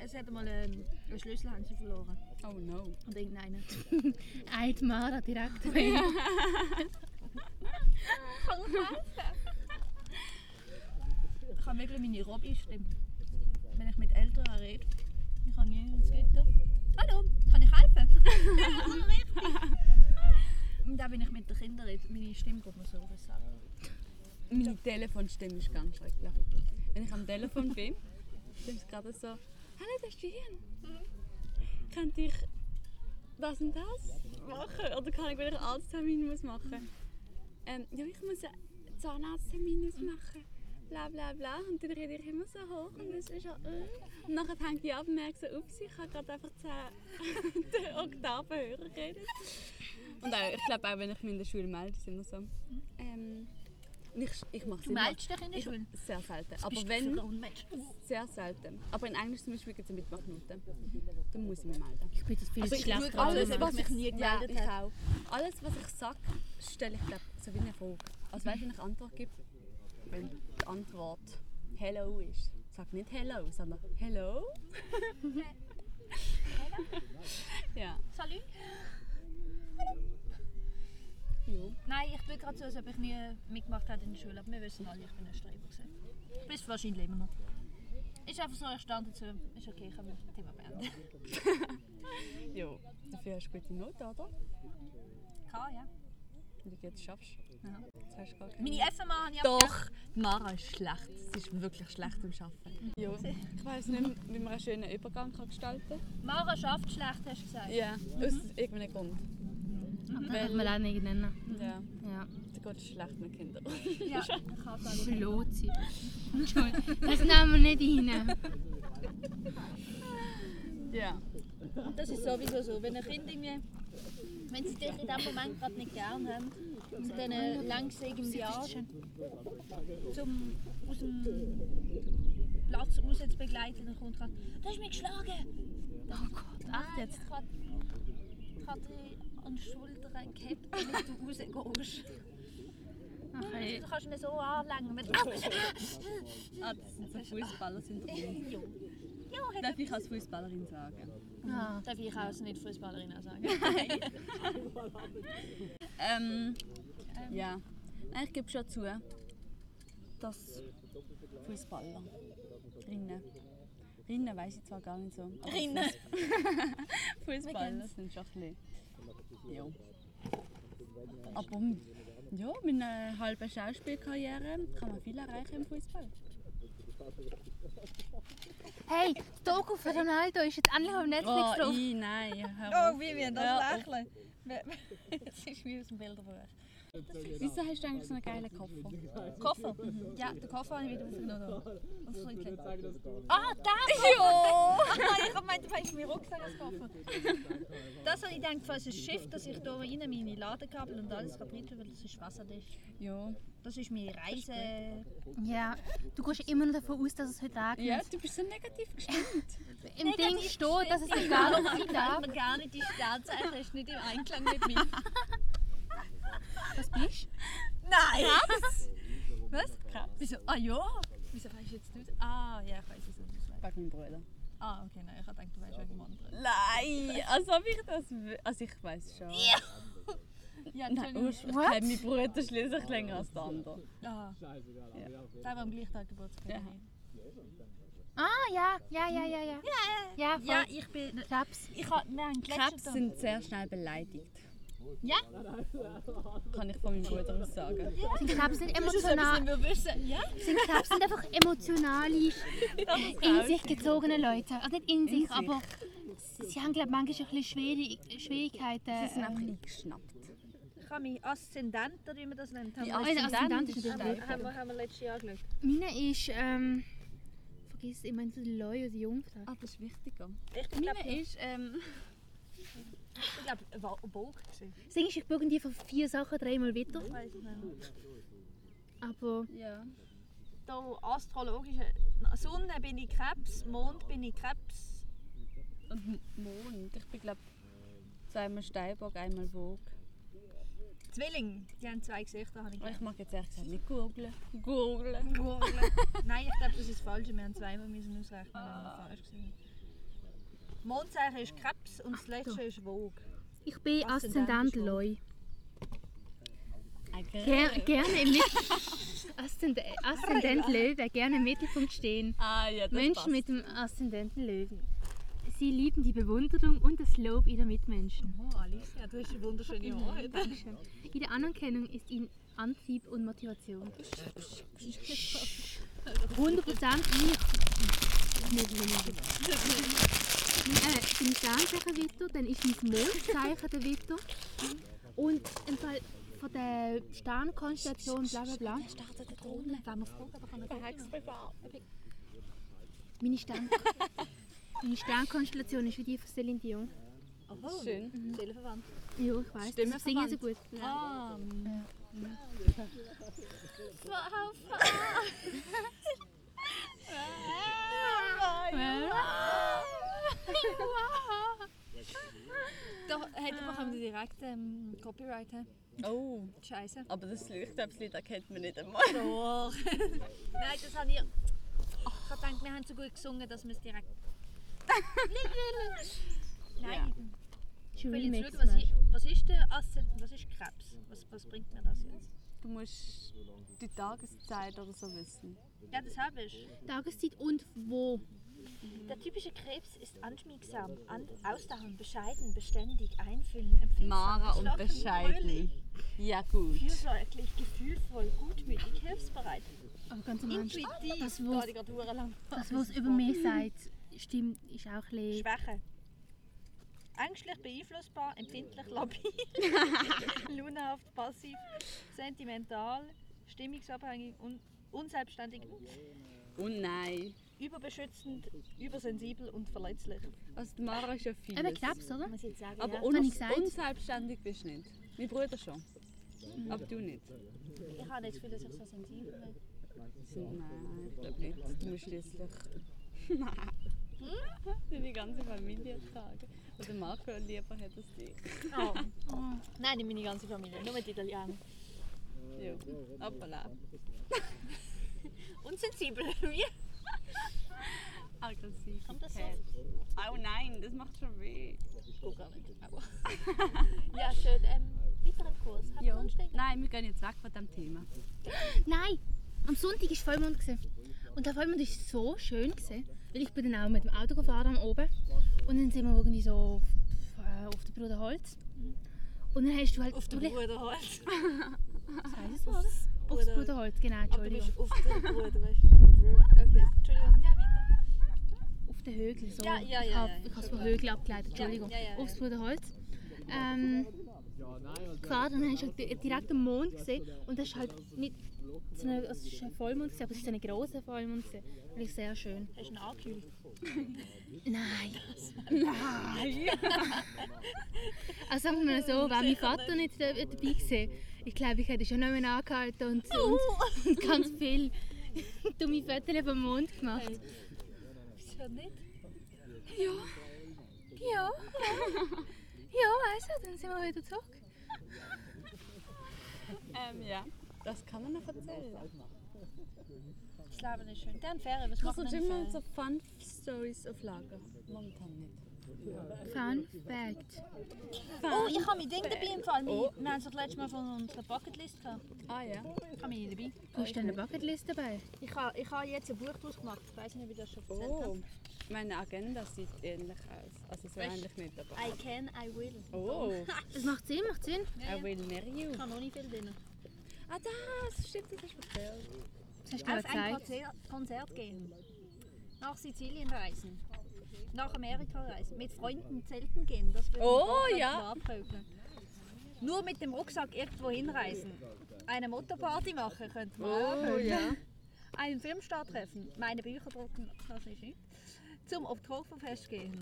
Speaker 3: Es hat mal einen, einen Schlüssel haben sie verloren.
Speaker 2: Oh no.
Speaker 3: Und irgendeinen.
Speaker 1: Eid Mara direkt.
Speaker 3: Ich habe wirklich meine Robby-Stimme. Wenn ich mit Eltern rede, ich kann nie ins Gitter. Hallo, kann ich helfen? ja, richtig. Und dann, wenn ich mit den Kindern rede, meine Stimme geht mir so raus.
Speaker 2: Meine Telefonstimme ist ganz schrecklich. Wenn ich am Telefon bin, dann ist es gerade so, hallo, das ist Jan. Könnte ich das und das machen? Oder kann ich, wenn ich einen Arzttermin muss machen? ähm, ja, ich muss einen Zahnarzttermin ausmachen. Bla bla bla. Und dann rede ich immer so hoch und das ist ja. Äh. Und nachher hänge ich ab und merke so, ups, ich habe gerade einfach 10 Oktaven höher geredet. Und auch, ich glaube auch, wenn ich mich in der Schule melde, ist es immer so. Ähm, und ich, ich mache es
Speaker 3: Du meldest dich in der
Speaker 2: ich,
Speaker 3: Schule.
Speaker 2: Sehr selten.
Speaker 3: Aber
Speaker 2: Aber
Speaker 3: bist wenn... Oh, du
Speaker 2: wenn,
Speaker 3: für ein Unmensch?
Speaker 2: sehr selten. Aber in Englisch zum Beispiel gibt es eine Mitmachnote. Dann muss ich mich melden.
Speaker 1: Ich bin das viel
Speaker 3: Also ich
Speaker 1: schlechter.
Speaker 3: schaue alles,
Speaker 1: als-
Speaker 3: was ich nie
Speaker 2: ja,
Speaker 3: gemeldet
Speaker 2: ich auch. Alles, was ich sage, stelle ich glaub, so wie eine Frage. Also weißt, wenn ich Antwort gebe, wenn die Antwort Hello ist, sag nicht Hello, sondern Hello. ja.
Speaker 3: Salut?
Speaker 2: Jo.
Speaker 3: Nein, ich tue gerade so, als ob ich nie mitgemacht hätte in der Schule. Aber wir wissen alle, ich bin ein Streber. gewesen. Ich bin es wahrscheinlich immer noch. Ist einfach so, ich stand dazu. Ist okay, ich kann das Thema beenden.
Speaker 2: jo. Dafür hast du gute Note, oder?
Speaker 3: Kann, ja.
Speaker 2: Wenn du gut schaffst.
Speaker 3: Ja.
Speaker 2: Jetzt hast du gar keine.
Speaker 3: Meine FMA habe ich
Speaker 2: Doch, die Mara ist schlecht. Sie ist wirklich schlecht im Arbeiten. Jo. Ich weiß nicht, mehr, wie man einen schönen Übergang kann gestalten kann.
Speaker 3: Mara schafft schlecht, hast du gesagt.
Speaker 2: Ja, aus irgendeinem Grund.
Speaker 1: Dann kann man auch nicht nennen.
Speaker 2: Ja,
Speaker 1: Ja.
Speaker 2: da geht es schlecht mit Kindern.
Speaker 3: Ja, ich kann es auch.
Speaker 1: Schlotzi. Das nehmen wir nicht rein.
Speaker 2: Ja.
Speaker 3: Und das ist sowieso so. Wenn ein Kind irgendwie, wenn sie dich in dem Moment gerade nicht gern haben und dann äh, längst irgendwie an, zum aus dem Platz raus zu begleiten, dann kommt gerade, du hast mich geschlagen! Oh Gott, echt jetzt? Ich habe hab dich an die Schultern gehabt, damit du rausgehst.
Speaker 1: Okay.
Speaker 3: Du kannst ihn so anlängen mit «Au!»
Speaker 2: Ah, das sind so Fußballer-Syndrom.
Speaker 3: Jo. Jo, hat
Speaker 2: Darf ich als Fußballerin sagen?
Speaker 1: Ah.
Speaker 3: Darf ich auch nicht Fußballerin auch sagen?
Speaker 2: Ähm, ja. Nein, ich gebe schon zu, dass Fußballer. Rinnen. Rinnen weiss ich zwar gar nicht so. aber
Speaker 3: Rinnen.
Speaker 2: Fuss- Fußballer sind schon ein bisschen. Ja. Aber m- ja, mit einer halben Schauspielkarriere kann man viel erreichen im Fußball.
Speaker 1: Hey, die Doku von Ronaldo ist jetzt endlich auf Netflix
Speaker 2: Oh,
Speaker 1: drauf.
Speaker 2: i, nein. hör
Speaker 3: Oh,
Speaker 2: auf.
Speaker 3: Vivian, das
Speaker 2: Ja,
Speaker 3: Lächeln. Es ist wie aus dem Bilderbuch. Oh.
Speaker 2: Wieso hast du eigentlich so einen geilen Koffer?
Speaker 3: Koffer? Ja, den Koffer habe ich wieder aufgenommen. Und das Rücken. Ah, der!
Speaker 2: Ja!
Speaker 3: Ah, ich habe gemeint, du meinst meinen Rucksack als Koffer. Das habe ich gedacht, falls ein Schiff, dass ich da rein meine Ladekabel und alles kann rein tun, weil das ist wasserdicht.
Speaker 2: Ja.
Speaker 3: Das ist meine Reise...
Speaker 1: Ja, du gehst immer noch davon aus, dass es heute regnet.
Speaker 2: Ja, du bist so negativ gestimmt.
Speaker 1: Im Ding steht, dass es egal ob sie darf.
Speaker 3: man gar nicht die Sternzeichen, ist nicht im Einklang mit mir.
Speaker 1: Was bist
Speaker 3: Nein! Krebs! Was? Krebs? Wieso? Ah ja! Wieso weißt du jetzt nicht? Ah ja, ich weiß es nicht. Ich weiß.
Speaker 2: Bei meinem Bruder.
Speaker 3: Ah, okay, nein, ich habe gedacht, du weißt wegen dem anderen.
Speaker 2: Nein, als ob ich das wü- Also ich weiß schon.
Speaker 3: Ja,
Speaker 2: Nein,
Speaker 3: Entschuldigung.
Speaker 2: ich kenne
Speaker 1: What?
Speaker 2: meinen Bruder schließlich länger als der andere.
Speaker 3: Ah, der war am gleichen Tag Geburtstag.
Speaker 2: Ja.
Speaker 1: Ah, ja, ja, ja, ja, ja. Ja,
Speaker 3: Ja,
Speaker 1: voll.
Speaker 3: ich bin.
Speaker 1: Klaps.
Speaker 3: Ich habe mir einen
Speaker 2: Krebs
Speaker 3: Gletscher.
Speaker 2: sind sehr schnell beleidigt.
Speaker 3: Ja?
Speaker 2: Kann ich von meinem Bruder aus sagen.
Speaker 1: Sind Klaps nicht
Speaker 3: Das ist etwas, was
Speaker 1: emotional?
Speaker 3: wir wissen. Ja?
Speaker 1: Sind Klaps nicht einfach emotionale, in sich gezogene Leute? Also nicht in sich,
Speaker 2: sich.
Speaker 1: aber sie haben glaube manchmal ein bisschen Schwierig Schwierigkeiten.
Speaker 2: Sie sind einfach eingeschnappt.
Speaker 3: Ich habe meinen Aszendent, oder wie man das nennt.
Speaker 2: Die
Speaker 3: Haben
Speaker 1: Nein, der Aszendent
Speaker 2: Aszendent
Speaker 1: ist
Speaker 2: ist
Speaker 1: ein
Speaker 2: schlecht.
Speaker 3: haben wir, haben wir letztes Jahr geschaut.
Speaker 1: Meine ist, ähm, vergiss immer so die Leute oder die Jungfrau.
Speaker 2: Ah, das ist wichtiger.
Speaker 3: Ich glaube,
Speaker 2: Meine ist, ähm,
Speaker 3: ich äh, glaube, es war ein Bog. Ich
Speaker 1: Das Ding ist, ich schaue die von vier Sachen dreimal wieder.
Speaker 3: weiß es nicht. mehr.
Speaker 1: Aber
Speaker 2: ja.
Speaker 3: Da astrologische. Sonne bin ich Krebs, Mond bin ich Krebs.
Speaker 2: Und M- Mond. Ich bin, glaube zweimal Steinbock, einmal Vogue.
Speaker 3: Zwilling. Die haben zwei Gesichter, habe ich
Speaker 2: Aber ich mag jetzt ehrlich gesagt nicht googeln. Googeln.
Speaker 3: Gurgeln. Nein, ich glaube, das ist falsch. Wir haben zweimal müssen ausrechnen, wenn wir falsch gesehen Mondzeichen ist Krebs und das letzte ist Vogue.
Speaker 1: ich bin
Speaker 3: Aszendent
Speaker 1: Aszendent
Speaker 3: ist wo?
Speaker 1: Leu.
Speaker 2: Okay.
Speaker 1: Ger gerne im Mittelpunkt. Aszend Aszendent Löwe, gerne im Mittelpunkt stehen.
Speaker 2: Ah, ja, das
Speaker 1: Menschen
Speaker 2: passt.
Speaker 1: mit dem Aszendenten Löwen. Sie lieben die Bewunderung und das Lob ihrer Mitmenschen.
Speaker 3: Oh, Alicia, du hast wunderschöne Haare.
Speaker 1: Ihre Anerkennung ist ihnen Antrieb und Motivation. 100 Prozent Äh, Im Sternzeichen Witter, dann ist mein Mondzeichen der Witter. Und im Fall von der Sternkonstellation, bla bla bla.
Speaker 3: Er startet eine Drohne. Wenn wir fragen, aber kann er
Speaker 2: Hex privat.
Speaker 1: Meine, Stern Meine Sternkonstellation ist wie die von Celine Dion.
Speaker 3: Oh,
Speaker 2: Schön.
Speaker 3: Seelenverwandt.
Speaker 1: Ja, ich weiß.
Speaker 2: Stimmen
Speaker 1: Das singen so gut.
Speaker 3: Ah, da hätte man direkt ähm, Copyright. hä?
Speaker 2: Oh,
Speaker 3: Scheiße.
Speaker 2: aber das Leuchthäubsli, das kennt man nicht einmal.
Speaker 3: Doch. Nein, das habe ich. Ach, ich habe gedacht, wir haben so gut gesungen, dass wir es direkt. Nein,
Speaker 1: Ist ein
Speaker 3: ich will
Speaker 1: Remix. ne?
Speaker 3: jetzt schauen, was,
Speaker 1: weißt
Speaker 3: ich, was ist der Aszendent, was ist Krebs? Was, was bringt mir das jetzt?
Speaker 2: Du musst die Tageszeit oder so wissen.
Speaker 3: Ja, das habe ich.
Speaker 1: du. Tageszeit und wo.
Speaker 3: Der typische Krebs ist anschmiegsam, an, ausdauernd, bescheiden, beständig, einfühlend, empfindsam,
Speaker 2: Mara und
Speaker 3: entschlossen,
Speaker 2: bescheiden.
Speaker 3: fröhlich,
Speaker 2: Ja gut.
Speaker 3: Fürsorglich, gefühlvoll, gutmütig, hilfsbereit,
Speaker 1: Aber Ah, ganz am Ernst,
Speaker 3: intuitiv.
Speaker 1: das,
Speaker 3: Da
Speaker 1: was,
Speaker 3: hatte ich gerade verdammt lang.
Speaker 1: das, was über mich sagt, stimmt, ist auch ein bisschen...
Speaker 3: Schwäche. Ängstlich, beeinflussbar, empfindlich, labil, launenhaft, passiv, sentimental, stimmungsabhängig und unselbstständig,
Speaker 2: Und Oh nein.
Speaker 3: überbeschützend, übersensibel und verletzlich.
Speaker 2: Also die Mara ist ja vieles.
Speaker 1: Eben Krebs, oder?
Speaker 3: Muss ich jetzt sagen,
Speaker 2: Aber
Speaker 3: ja.
Speaker 1: un- Habe ich
Speaker 2: uns,
Speaker 1: gesagt?
Speaker 2: unselbstständig bist du nicht. Mein Bruder schon. Aber du nicht.
Speaker 3: ich habe nicht das Gefühl, dass ich so sensibel bin.
Speaker 2: Nein, ich glaube nicht. Du musst schließlich. Nein. Deine ganze Familie tragen. Oder Marco lieber hat als dich.
Speaker 3: Oh. Nein, nicht meine ganze Familie, nur die Italiener.
Speaker 2: Ja, hoppala.
Speaker 3: Unsensibel, wie?
Speaker 2: Aggressiv.
Speaker 3: Kommt das so?
Speaker 2: Oh nein, das macht schon weh.
Speaker 3: Guck gar nicht. ja, schön. Ähm, weiteren Kurs. Habt ihr sonst irgendwas?
Speaker 2: Nein, wir gehen jetzt weg von diesem Thema.
Speaker 1: Nein, am Sonntag war Vollmond. Gewesen. Und der Vollmond war so schön. Gewesen, weil ich bin dann auch mit dem Auto gefahren am oben. Und dann sind wir irgendwie so auf, äh, auf der Bruder Holz. Und dann hast du halt...
Speaker 3: Auf dem
Speaker 1: wirklich-
Speaker 3: Bruder
Speaker 1: Was
Speaker 3: halt.
Speaker 1: heisst das? Aufs
Speaker 3: Bruder-
Speaker 1: Bruder Holz, genau,
Speaker 3: Aber du
Speaker 1: Entschuldigung.
Speaker 3: bist auf dem Bruder, weißt du? Okay, Entschuldigung. Ja, weiter.
Speaker 1: Auf den Högel, so.
Speaker 3: Ja, ja, ja,
Speaker 1: Ich habe
Speaker 3: ja,
Speaker 1: ich habe es von Högel abgeleitet, Entschuldigung.
Speaker 3: Ja, ja, ja, ja.
Speaker 1: Aufs Bruder Holz. Ähm, gefahren und dann hast du halt di- direkt den Mond gesehen. Und das ist halt nicht... So eine, also es war ein Vollmond, gewesen, aber es war so ein grosser Vollmond. gewesen. Wirklich sehr schön.
Speaker 3: Hast du ihn angekühlt?
Speaker 1: Nein. Nein. also sagen wir mal so, wenn mein Vater nicht da- dabei gewesen ich glaube, ich hätte schon nicht mehr angehalten und, und, und ganz viel dumme Fotos vom Mond gemacht.
Speaker 3: Wieso nicht?
Speaker 1: Ja. Ja, also, dann sind wir wieder zurück.
Speaker 2: Ähm, ja. Das kann man noch erzählen.
Speaker 3: Das Leben ist schön. Dann Ferien, was
Speaker 2: Das
Speaker 3: machen
Speaker 2: sind
Speaker 3: wir
Speaker 2: immer
Speaker 3: denn
Speaker 2: so Fun Stories auf Lager. Momentan nicht.
Speaker 1: Fun Fact.
Speaker 3: Oh, ich habe mein Ding dabei im Fall.
Speaker 2: Oh.
Speaker 3: Wir haben es doch letztes Mal von unserer Bucketlist gehabt.
Speaker 2: Ah ja.
Speaker 3: Ich habe meine dabei.
Speaker 1: Du hast eine Bucketlist dabei.
Speaker 3: Ich habe, ich habe jetzt ein Buch draus gemacht. Ich weiß nicht, ob ich das schon erzählt
Speaker 2: Oh.
Speaker 3: habe.
Speaker 2: Meine Agenda sieht ähnlich aus. Also so
Speaker 3: Weißt-
Speaker 2: ähnlich nicht, aber...
Speaker 3: I can, I will.
Speaker 2: Oh,
Speaker 1: Das macht Sinn, macht Sinn.
Speaker 2: I will marry you.
Speaker 3: Ich habe noch nicht viel drin.
Speaker 2: Ah das, stimmt, das hast du erzählt.
Speaker 1: Das hast du mir
Speaker 3: Auf ein
Speaker 1: gezeigt.
Speaker 3: Konzert, Konzert gehen. Nach Sizilien reisen. Nach Amerika reisen. Mit Freunden zelten gehen. Das würde
Speaker 2: Oh,
Speaker 3: man gar nicht
Speaker 2: ja.
Speaker 3: abhökeln. Nur mit dem Rucksack irgendwo hinreisen. Eine Mottoparty machen könnte man. auch.
Speaker 2: Oh ja.
Speaker 3: Einen Filmstar treffen. Meine Bücher drucken. Das ist nicht. Zum Oktoberfest gehen.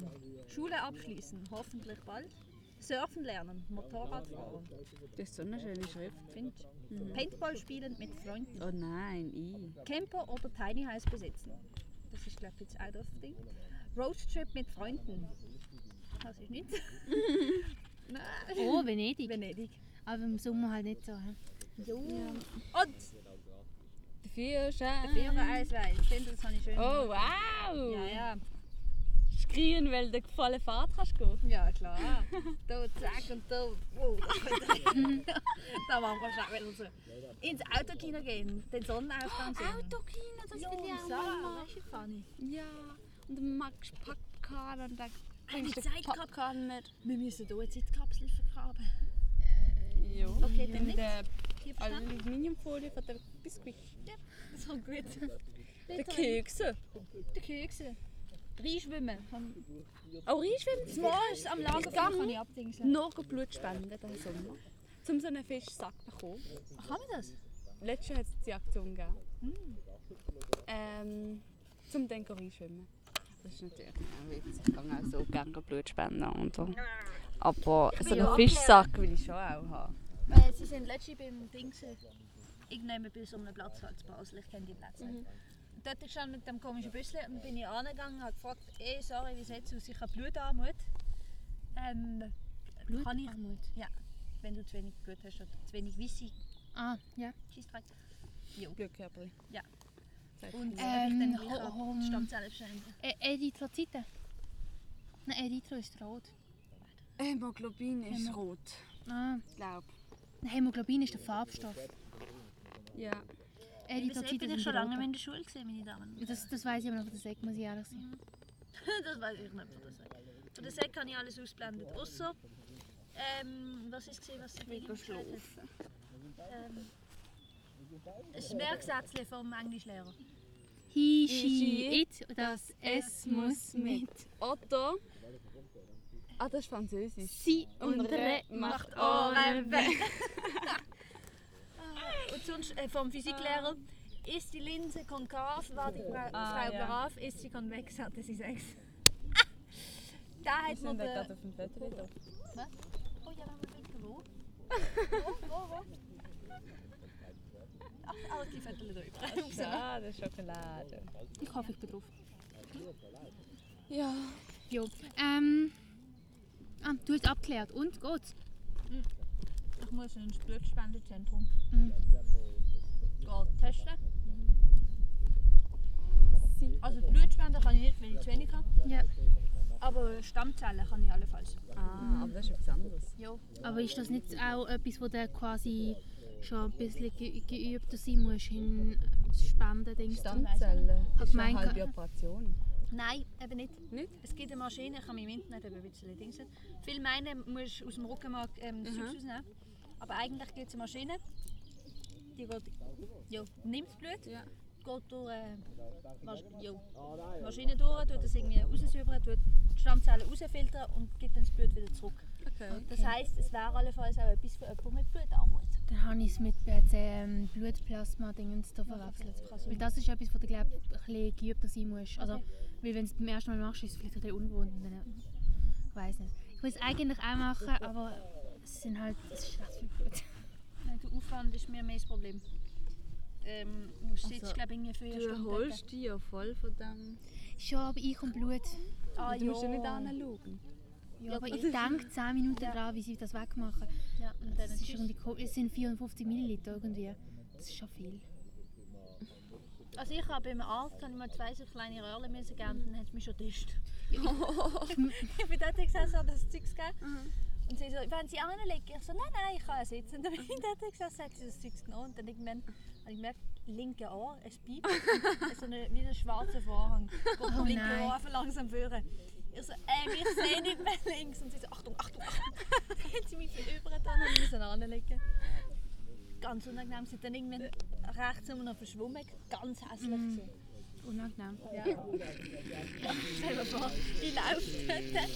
Speaker 3: Schule abschließen. Hoffentlich bald. Surfen lernen. Motorrad fahren.
Speaker 2: Das ist so eine schöne Schrift.
Speaker 3: Findest du? Paintball spielen mit Freunden.
Speaker 2: Oh nein, i.
Speaker 3: Camper oder Tiny House besitzen. Das ist, glaube ich, jetzt auch das Ding. Roadtrip mit Freunden. Das ist nicht. Nein.
Speaker 1: Oh, Venedig.
Speaker 3: Venedig.
Speaker 1: Aber im Sommer halt nicht so. hä?
Speaker 3: Jo. Und
Speaker 2: Der Führerschein.
Speaker 3: Bier Eiswein. Stimmt, das habe ich schön.
Speaker 2: Oh wow.
Speaker 3: Ja, ja.
Speaker 2: Schreien, weil du gefallen Fahrt kannst gehen.
Speaker 3: Ja, klar. Da, zack und da. Wow. da machen wir schon wieder so. Ins Autokino gehen. Den Sonnenaufgang sehen.
Speaker 2: Autokino, das
Speaker 3: Ja, Sarah, weißt du, Fanny?
Speaker 2: Ja. Und dann magst du Pappkarten und dann
Speaker 3: Eine
Speaker 2: bringst du
Speaker 3: Zeitkap-
Speaker 2: Pappkarten mit.
Speaker 3: Wir müssen hier eine Zeitkapsel vergraben.
Speaker 2: Ja.
Speaker 3: Okay, dann
Speaker 2: Mit
Speaker 3: nicht.
Speaker 2: der
Speaker 3: Hier verstanden?
Speaker 2: Aluminiumfolie von der Biskuit.
Speaker 3: So gut.
Speaker 2: Der Kekse.
Speaker 3: der Kekse. Reinschwimmen.
Speaker 2: Auch reinschwimmen.
Speaker 3: Das Mal ist am Lagerfeuer.
Speaker 2: Gang.
Speaker 3: kann ich abdingseln.
Speaker 2: Noch Blut spenden diesen Sommer. um so einen Fischsack zu bekommen.
Speaker 3: Ach, kann man das?
Speaker 2: Letztes Jahr hat es die Aktion gegeben. Hm. Ähm, zum dann reinschwimmen. Das ist natürlich auch witzig. Ich kann auch so gerne Blut spenden und so. Aber so einen Fischsack will ich schon auch haben.
Speaker 3: Weil sie sind letztens beim Ding gewesen. Ich nehme bis um einen Platz halt zu Basel, ich kenne die Plätze nicht. Und dort stand mit dem komischen Büssel und bin ich angegangen und habe gefragt, ey, sorry, wie sieht's aus, ich habe Blutarmut. Ähm, kann ich,
Speaker 1: Blutarmut?
Speaker 3: ja, wenn du zu wenig Blut hast oder zu wenig Wissi,
Speaker 1: Ah, ja.
Speaker 3: Schießtrack.
Speaker 2: Glückkörperli.
Speaker 3: Ja.
Speaker 2: Und
Speaker 3: Und
Speaker 1: Ähm,
Speaker 3: ähm, ich
Speaker 1: ho-
Speaker 3: dann
Speaker 1: hom-
Speaker 3: ho Stammzellen wahrscheinlich.
Speaker 1: Ä- Erythrozyten. E, Nein, Erythro ist rot.
Speaker 2: Hämoglobin ist
Speaker 1: Hämo-
Speaker 2: rot,
Speaker 1: Ah,
Speaker 2: glaube
Speaker 1: nein, Hämoglobin ist der Farbstoff.
Speaker 2: Ja.
Speaker 3: Ich
Speaker 1: Erythrozyten
Speaker 3: bin
Speaker 1: sind
Speaker 3: ich schon
Speaker 1: die
Speaker 3: lange
Speaker 1: roten.
Speaker 3: in der Schule gesehen, meine Damen.
Speaker 1: Das, das weiß ich aber noch von der Sek, muss ich ehrlich sein.
Speaker 3: das weiß ich nicht von der Säck. Von der Säck kann ich alles ausblenden. Außer, ähm, was ist gesehen, was sie mir gesagt hat? Ähm, ein Merksätzchen vom Englischlehrer.
Speaker 1: He,
Speaker 2: she,
Speaker 1: she, it, das S muss mit.
Speaker 2: Otto. Ah, das ist Französisch.
Speaker 1: Sie
Speaker 2: Und Re macht
Speaker 1: Oh,
Speaker 2: Ohren
Speaker 1: weg.
Speaker 3: Ähm, Und sonst äh, vom Physiklehrer. Ist die Linse konkav, war die Fra
Speaker 2: Ah,
Speaker 3: Frau
Speaker 2: ja.
Speaker 3: brav, ist sie konvex, hatte sie Sex. da hat man den-
Speaker 2: halt auf dem Viertel drauf.
Speaker 3: Oh ja, wenn wir winken, wo? Ach, die Vettel drüber.
Speaker 2: Schade, Schokolade.
Speaker 1: Ich hoffe, ich bin drauf.
Speaker 2: Ja.
Speaker 1: Jo. Ähm. Ah, du hast abgeklärt. Und? Geht's?
Speaker 3: Ich muss ins Blutspendezentrum
Speaker 2: Hm.
Speaker 1: Mhm.
Speaker 3: gehen testen. Also Blutspenden kann ich nicht, wenn ich zu wenig habe.
Speaker 1: Ja.
Speaker 3: Aber Stammzellen kann ich allenfalls.
Speaker 2: Ah, aber das ist etwas anderes.
Speaker 3: Jo.
Speaker 1: Aber ist das nicht auch etwas, wo du quasi schon ein bisschen ge geübter sein musst in Spenden-Dings?
Speaker 2: Stammzellen.
Speaker 1: Hat
Speaker 2: Ist
Speaker 1: mein
Speaker 2: eine halbe
Speaker 1: Ka-
Speaker 2: Operation.
Speaker 3: Nein, eben nicht.
Speaker 2: Nicht?
Speaker 3: Es gibt eine Maschine, ich kann mich im Internet eben ein bisschen Dings sehen. Viele meinen, du musst aus dem Rückenmark ähm, das Zeugs rausnehmen. Aber eigentlich gibt es eine Maschine, die geht, jo, nimmt das Blut,
Speaker 2: Ja.
Speaker 3: geht durch äh, Mas jo, die Maschine durch, tut das irgendwie raussübern, tut die Stammzellen rausfiltern und gibt dann das Blut wieder zurück.
Speaker 2: Okay.
Speaker 3: Das heisst, es wäre allenfalls auch etwas für jemanden mit Blutarmut.
Speaker 1: Dann habe ich es mit ähm, Blutplasma-Dingens da verwechselt. Weil das ist etwas, wo du glaub, ein bisschen geübter sein musst. Also, weil wenn du es beim ersten Mal machst, ist es vielleicht ein bisschen ungewohnt. und Dann, ich weiß nicht. Ich will es eigentlich auch machen, aber es sind halt es ist recht viel Blut.
Speaker 3: Nein, der Aufwand ist mir mehr das Problem. Ähm, du musst
Speaker 2: Also,
Speaker 3: jetzt, glaube ich, irgendwie für eine Stunde
Speaker 2: dich ja voll von dem.
Speaker 1: Schon, aber ich und Blut.
Speaker 3: dort. Ah,
Speaker 2: du musst ja
Speaker 3: ja.
Speaker 2: nicht anschauen.
Speaker 1: Ja, aber ich denke 10 Minuten daran, wie sie das wegmachen.
Speaker 3: Ja, und dann
Speaker 1: Das ist
Speaker 3: tschüss.
Speaker 1: irgendwie komisch. Es sind 54 Milliliter irgendwie. Das ist schon viel.
Speaker 3: Also ich habe beim Arzt kann ich mal zwei so kleine Röhrchen müssen geben, dann hat es mich schon getischt. ich bin dort gesessen, habe das Zeug gegeben.
Speaker 1: Mhm.
Speaker 3: Und sie so, wenn sie anlegen, ich so, nein, nein, ich kann ja sitzen. Und dann bin ich dort gesessen, hat sie das Zeug genommen. Und dann irgendwann habe ich gemerkt, linke Ohr, es piept. so eine, wie ein schwarzer Vorhang. Kommt vom linken
Speaker 1: Oh nein.
Speaker 3: Ohr einfach langsam führen. Ich so, ey, ich sehe nicht mehr links. Und sie so, Achtung, Achtung, Achtung. Dann hat sie mich verübert und ich musste anlegen. Ganz unangenehm. Sie hat dann irgendwann rechts immer noch verschwommen. Ganz hässlich. gewesen.
Speaker 1: Unangenehm.
Speaker 3: Stell dir vor, ich laufe dort.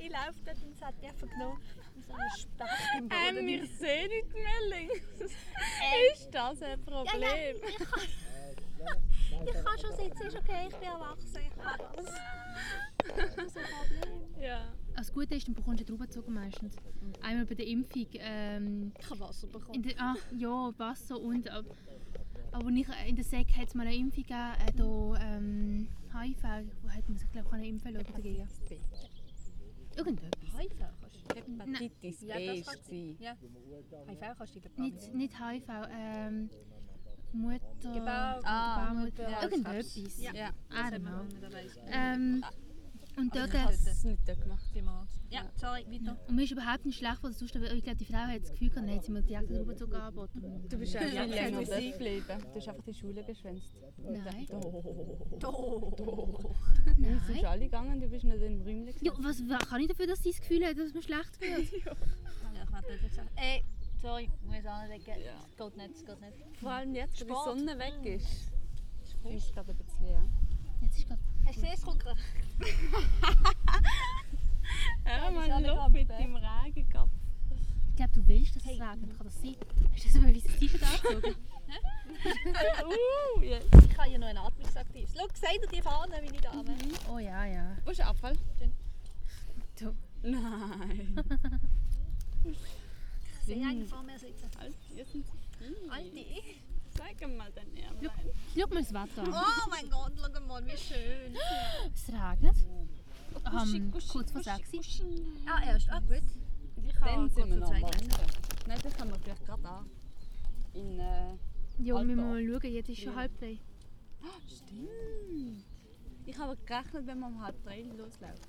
Speaker 3: ich laufe dort und es hat mich einfach genommen. Und so einen Specht im Boden. Äh.
Speaker 2: Ähm, ich sehe nicht mehr links. Ist das ein Problem?
Speaker 3: ja, ja, ich, kann, ich kann schon sitzen, ist okay, ich bin erwachsen, ich kann alles. Das ist ein Problem.
Speaker 2: Ja.
Speaker 1: Das Gute ist, dann bekommst du einen Traubenzucker meistens. Einmal bei der Impfung. Ähm,
Speaker 3: Ich habe Wasser bekommen.
Speaker 1: in der, ah, ja, Wasser und. ab- Aber nicht, in der Säck hat es mal eine Impfung gegeben, äh, da, ähm, HIV, wo hat man sich glaub, können impfen lassen dagegen. Irgendetwas.
Speaker 3: HIV kannst du.
Speaker 2: Hepatitis
Speaker 3: Ja,
Speaker 2: B
Speaker 3: das
Speaker 2: ist
Speaker 3: kann-
Speaker 2: sie.
Speaker 3: Ja. HIV kannst du in der Bahn
Speaker 1: Nicht, nicht HIV, ähm, Mutter.
Speaker 3: Gebärmutter.
Speaker 2: Ah,
Speaker 1: Gebärmutter.
Speaker 3: Mutter.
Speaker 1: Irgendetwas.
Speaker 3: Ja.
Speaker 2: Ja.
Speaker 1: I don't
Speaker 3: haben wir
Speaker 1: know.
Speaker 3: nicht Ah, dabei.
Speaker 1: Ähm, und dort.
Speaker 2: Ich habe es nicht gemacht.
Speaker 3: Beim Arzt. Ja, sorry, weiter.
Speaker 1: Und mir ist überhaupt nicht schlecht, was sonst, aber ich glaube, die Frau hat das Gefühl gehabt, dann hat sie mir direkt den Rubenzug angeboten.
Speaker 2: Du bist ja viel
Speaker 1: länger
Speaker 2: länger
Speaker 1: dort
Speaker 2: geblieben. Du hast einfach die Schule geschwänzt.
Speaker 1: Nein.
Speaker 2: Wir sind
Speaker 1: Nein.
Speaker 2: schon alle gegangen, du bist nicht im Räumchen.
Speaker 1: Ja, was, was kann ich dafür, dass sie das Gefühl hat, dass mir schlecht wird?
Speaker 3: Ja, Ich habe gesagt, ey, sorry, ich muss anlegen. Es geht nicht, es geht nicht.
Speaker 2: Vor allem jetzt, wo die
Speaker 3: Sport.
Speaker 2: Sonne weg ist. Ist gerade ein bisschen leer.
Speaker 1: Jetzt ist gerade.
Speaker 3: Hast du gesehen, es kommt gleich.
Speaker 2: Hör
Speaker 3: mal, Lob mit dem
Speaker 2: Regengapf.
Speaker 1: glaube, du willst das sagen. Kann das sein? Hast du so ein weißes T-Shirt angezogen?
Speaker 2: Uh, yes.
Speaker 3: Ich habe ja noch ein Atmungsaktives. Schau, seht ihr die Fahne, meine Damen?
Speaker 1: Oh ja, ja.
Speaker 2: Wo ist der Abfall?
Speaker 1: Du.
Speaker 2: Nein.
Speaker 3: Sehe
Speaker 1: Hm.
Speaker 3: eigentlich vor mir sitzen.
Speaker 2: Alte, ihr seid so
Speaker 3: Alte.
Speaker 2: fein. Sag Hm. mal dein Ärmel.
Speaker 1: Schau mal das Wetter an.
Speaker 3: Oh mein Gott, schau mal, wie schön.
Speaker 1: Es regnet. Ähm, kurz vor sechs.
Speaker 3: Ah, erst. Ah, gut.
Speaker 2: Ich Dann
Speaker 3: habe
Speaker 2: sind wir
Speaker 3: kurz
Speaker 2: noch am
Speaker 3: gezeigt.
Speaker 2: Wandern. Nein, das können wir vielleicht gerade an. In, äh,
Speaker 1: Ja, müssen wir
Speaker 2: Alter.
Speaker 1: mal schauen. Jetzt ist schon halb drei.
Speaker 2: Stimmt. Ich habe gerechnet, wenn wir um halb drei loslaufen.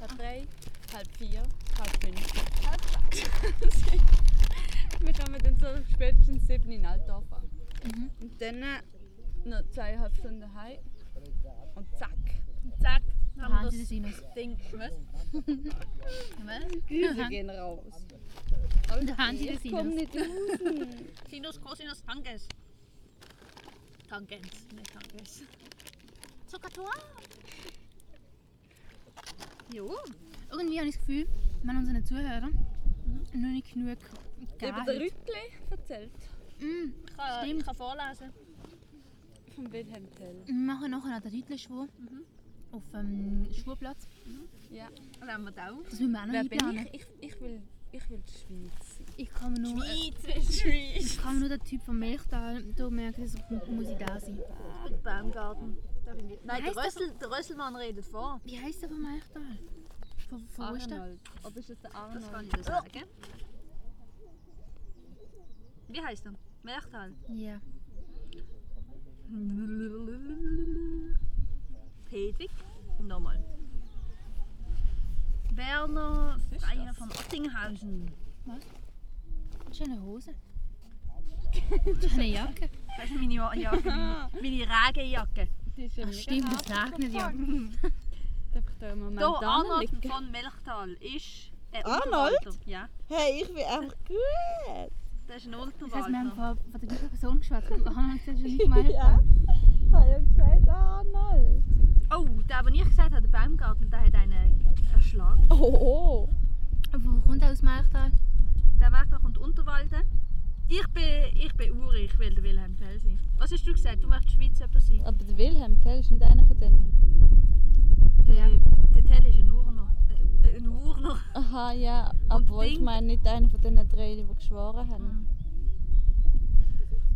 Speaker 2: Halb drei, halb vier, halb fünf, halb sechs. wir kommen dann so spätestens sieben in Altdorf an. Und dann äh, noch zweieinhalb Stunden heim. Und zack.
Speaker 3: Zack,
Speaker 1: Da
Speaker 3: haben
Speaker 1: haben
Speaker 3: wir
Speaker 1: sie das Sinus.
Speaker 3: das Ding. Was?
Speaker 2: Wir gehen raus.
Speaker 1: Da haben sie das
Speaker 2: Ich komme
Speaker 1: Sinus.
Speaker 2: nicht raus.
Speaker 3: Sinus, Cosinus, Tangens. Tangens, nicht Tangens.
Speaker 1: Zuckertor. Jo. Irgendwie habe ich das Gefühl, wir haben unseren Zuhörern noch nicht genug
Speaker 2: Über den
Speaker 1: gegeben.
Speaker 2: Rüttli erzählt.
Speaker 1: Mm,
Speaker 3: Ich kann,
Speaker 1: Stimmt.
Speaker 3: ich kann vorlesen.
Speaker 2: Von Wilhelm Tell.
Speaker 1: Wir machen nachher noch den Rüttelschwur auf dem Schwurplatz.
Speaker 2: Ja.
Speaker 3: Dann haben wir da auch.
Speaker 1: Das müssen wir auch noch
Speaker 2: Wer bin
Speaker 1: einplanen.
Speaker 2: ich? ich? Ich will, ich will die Schweiz sein.
Speaker 1: Ich kann mir nur, äh,
Speaker 3: Schweiz, Schweiz.
Speaker 1: ich kann mir nur den Typ von Melchtal da merken, das muss ich da sein.
Speaker 3: Mit Baumgarten. Da bin ich. Nein, der,
Speaker 1: Heißt
Speaker 3: Rössel, der Rösselmann redet vor.
Speaker 1: Wie heisst der von Melchtal? Von, von wo ist der?
Speaker 2: Arnold. Oder ist das der
Speaker 3: Das kann
Speaker 2: Arnold?
Speaker 3: ich dir sagen. Wie heißt er? Merchtal.
Speaker 1: Ja.
Speaker 3: Hedwig. Und nochmal. Werner Freier von Ottinghausen.
Speaker 1: Schöne Hose. Schöne Jacke.
Speaker 3: Das ist meine Ja- Jacke, meine, meine Regenjacke.
Speaker 2: Das ist
Speaker 1: Ach Ah, stimmt, das regnet ja.
Speaker 2: Darf ich da einen Moment
Speaker 3: Hier, Arnold
Speaker 2: anblicken?
Speaker 3: von Melchtal ist ein
Speaker 4: Arnold?
Speaker 3: Unterwalder. Ja,
Speaker 4: Hey, ich bin einfach gut.
Speaker 3: das ist ein
Speaker 1: Das heisst, wir haben
Speaker 3: Unterwalder.
Speaker 1: von, von der gleichen Person geschwätzt. Wir haben uns das schon nicht gemeldet.
Speaker 4: Ja. Ich habe ja gesagt, Arnold.
Speaker 3: Oh, der, den ich gesagt habe, der Baumgarten, der hat einen erschlagen.
Speaker 4: Oh,
Speaker 1: Aber Wo kommt er aus Melchtal?
Speaker 3: Der Werchter kommt Unterwalden. Ich bin, ich bin Uri, ich will der Wilhelm Tell sein. Was hast du gesagt? Du möchtest Schweiz etwas sein?
Speaker 2: Aber der Wilhelm Tell ist nicht einer von denen.
Speaker 3: Der, der Tell ist ein Urner. Äh, Ein Urner.
Speaker 2: Aha, ja. Obwohl, ich
Speaker 3: Ding-
Speaker 2: meine nicht einer von diesen drei, die geschworen haben.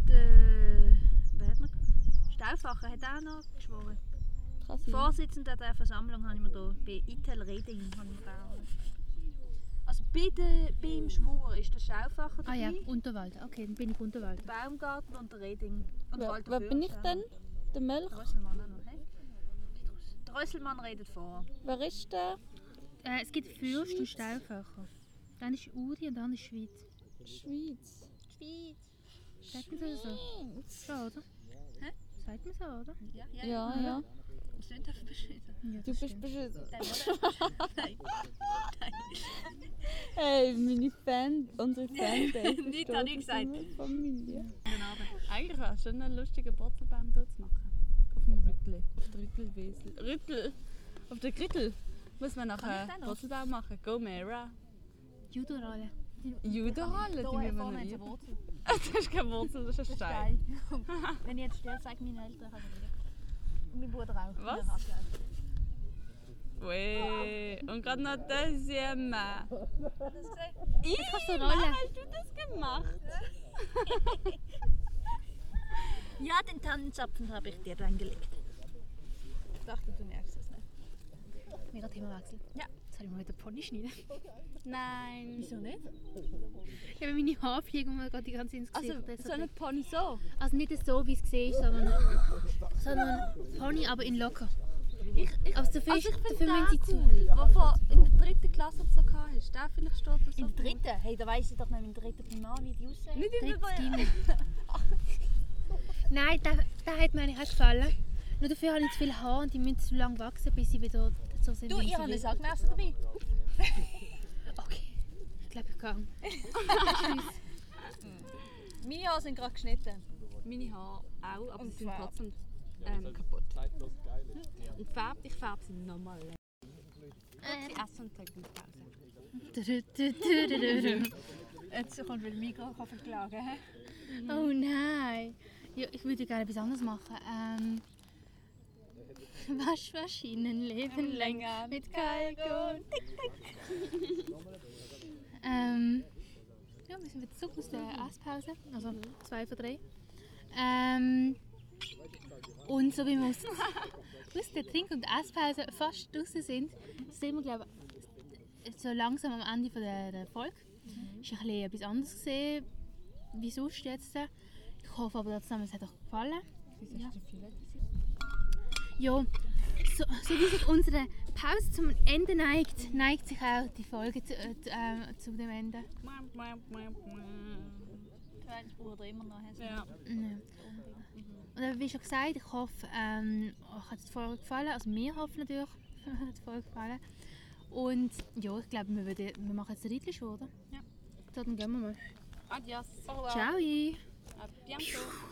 Speaker 3: Der. Wer hat noch? Stauffacher hat auch noch geschworen.
Speaker 2: Kann sein.
Speaker 3: Vorsitzender der Versammlung habe ich mir da. Bei Itel Reding habe ich mir da. Also bei der, beim Schwur ist der Stauffacher
Speaker 1: Ah
Speaker 3: dabei,
Speaker 2: Mhm.
Speaker 1: ja, Unterwalder. Okay, dann bin ich Unterwalder.
Speaker 3: der Baumgarten und der Reding. Und
Speaker 2: Wer,
Speaker 3: Walter
Speaker 2: wer bin ich
Speaker 3: Fürst auch.
Speaker 2: denn? Der Melch?
Speaker 3: Der Rösselmann auch noch, hey? Der Rösselmann redet vor.
Speaker 2: Wer ist der?
Speaker 1: Äh, es gibt Fürst und Stauffacher. Dann ist Uri und dann ist Schweiz.
Speaker 2: Schweiz.
Speaker 3: Schweiz.
Speaker 1: Sagt man das so? So, oder?
Speaker 3: Hä?
Speaker 1: Sagt man so, oder?
Speaker 3: Ja, ja.
Speaker 2: Ja, ja.
Speaker 3: Das sind einfach beschissen.
Speaker 1: Ja,
Speaker 2: Du bist beschissen.
Speaker 3: Nein, oder? Nein.
Speaker 2: Hey, meine Fan, unsere Fan.
Speaker 3: Nicht, habe ich gesagt.
Speaker 2: Familie. Eigentlich wäre es schon ein lustiger Botzelbaum hier zu machen. Auf dem Rüttel. Auf der Rüttelwesel. Rüttel! Auf der Grittel muss man nachher
Speaker 3: ich den
Speaker 2: einen
Speaker 3: noch?
Speaker 2: Botzelbaum machen. Gomera.
Speaker 1: Judorolle.
Speaker 2: Judohalle, die müssen wir nicht. üben. Das ist keine Wurzel, das ist ein Stein.
Speaker 3: Wenn ich jetzt still sage, meine Eltern haben wieder. Und mein Bruder auch.
Speaker 2: Was? Ui. Und gerade noch das jemand. Ich
Speaker 1: kannst du
Speaker 2: Mann,
Speaker 1: rollen.
Speaker 2: hast du das gemacht?
Speaker 3: Ja, den Tannenzapfen habe ich dir reingelegt. Ich dachte, du merkst es nicht.
Speaker 1: Mega Themawechsel.
Speaker 3: Ja.
Speaker 1: Soll ich mal wieder Pony schneiden?
Speaker 2: Nein.
Speaker 1: Wieso nicht? Ja, weil meine Haare fliegen mir gerade die ganze Zeit ins Gesicht.
Speaker 2: Also,
Speaker 1: deshalb
Speaker 2: so eine Pony so.
Speaker 1: nicht- also nicht so, wie es gesehen ist, sondern, sondern Pony, aber in locker.
Speaker 2: Ich, ich,
Speaker 1: Aber dafür,
Speaker 2: also
Speaker 1: ist-
Speaker 2: ich finde
Speaker 1: dafür
Speaker 2: den
Speaker 1: müssen sie zu.
Speaker 2: cool, den du in der dritten Klasse so gehabt hast. Den finde ich steht da so
Speaker 3: Im
Speaker 2: gut.
Speaker 3: dritten? Hey, da weiss ich doch nicht im dritten Primar, wie die aussehen.
Speaker 2: Nicht in
Speaker 1: Drittes
Speaker 2: der
Speaker 1: Gimmi. Nein, der, der hat mir eigentlich auch gefallen. Nur dafür habe ich zu viel Haar und die müssen zu lange wachsen, bis sie wieder so sind. wie sie will.
Speaker 3: Sackmesser dabei.
Speaker 1: Okay. Ich glaube, ich gehe.
Speaker 3: Meine Haare sind gerade geschnitten.
Speaker 2: Meine Haare auch, aber
Speaker 3: Und
Speaker 2: sie sind
Speaker 3: gefärbt.
Speaker 2: trotzdem ähm, kaputt. Und färbt, ich färbe sie nochmal. Kurze Essen- und Trinkenpause.
Speaker 1: Dü- dü- dü- dü- dü- dü.
Speaker 5: Jetzt kommt wieder Migros verklagen. hä?
Speaker 1: Oh nein. Ja, ich würde gerne etwas anderes machen. Ähm, Waschmaschinen leben länger mit Kalkon. ähm, ja, wir sind jetzt zurück aus der Esspause. Also zwei von drei. Ähm, und so wie wir aus, aus der Trink- und Esspause fast draußen sind, sind wir, glaube ich, so langsam am Ende von der der Folge.
Speaker 2: Mhm.
Speaker 1: Ist ein bisschen etwas anderes gesehen wie sonst jetzt. Ich hoffe aber trotzdem, es hat euch gefallen. Ja, so, so wie sich unsere Pause zum Ende neigt, neigt sich auch die Folge zu, äh, zu- äh, zu dem Ende.
Speaker 5: Kleines Bruder immer noch. hä?
Speaker 2: Ja.
Speaker 1: Ja. Und eben, wie schon gesagt, ich hoffe, ähm, euch hat die Folge gefallen. Also mir hoffen natürlich, euch hat die Folge gefallen. Und ja, ich glaube, wir, würden, wir machen jetzt eine Rittlische, oder?
Speaker 2: Ja.
Speaker 1: So, dann gehen wir mal.
Speaker 2: Adios.
Speaker 1: Ciao!
Speaker 2: A bientôt.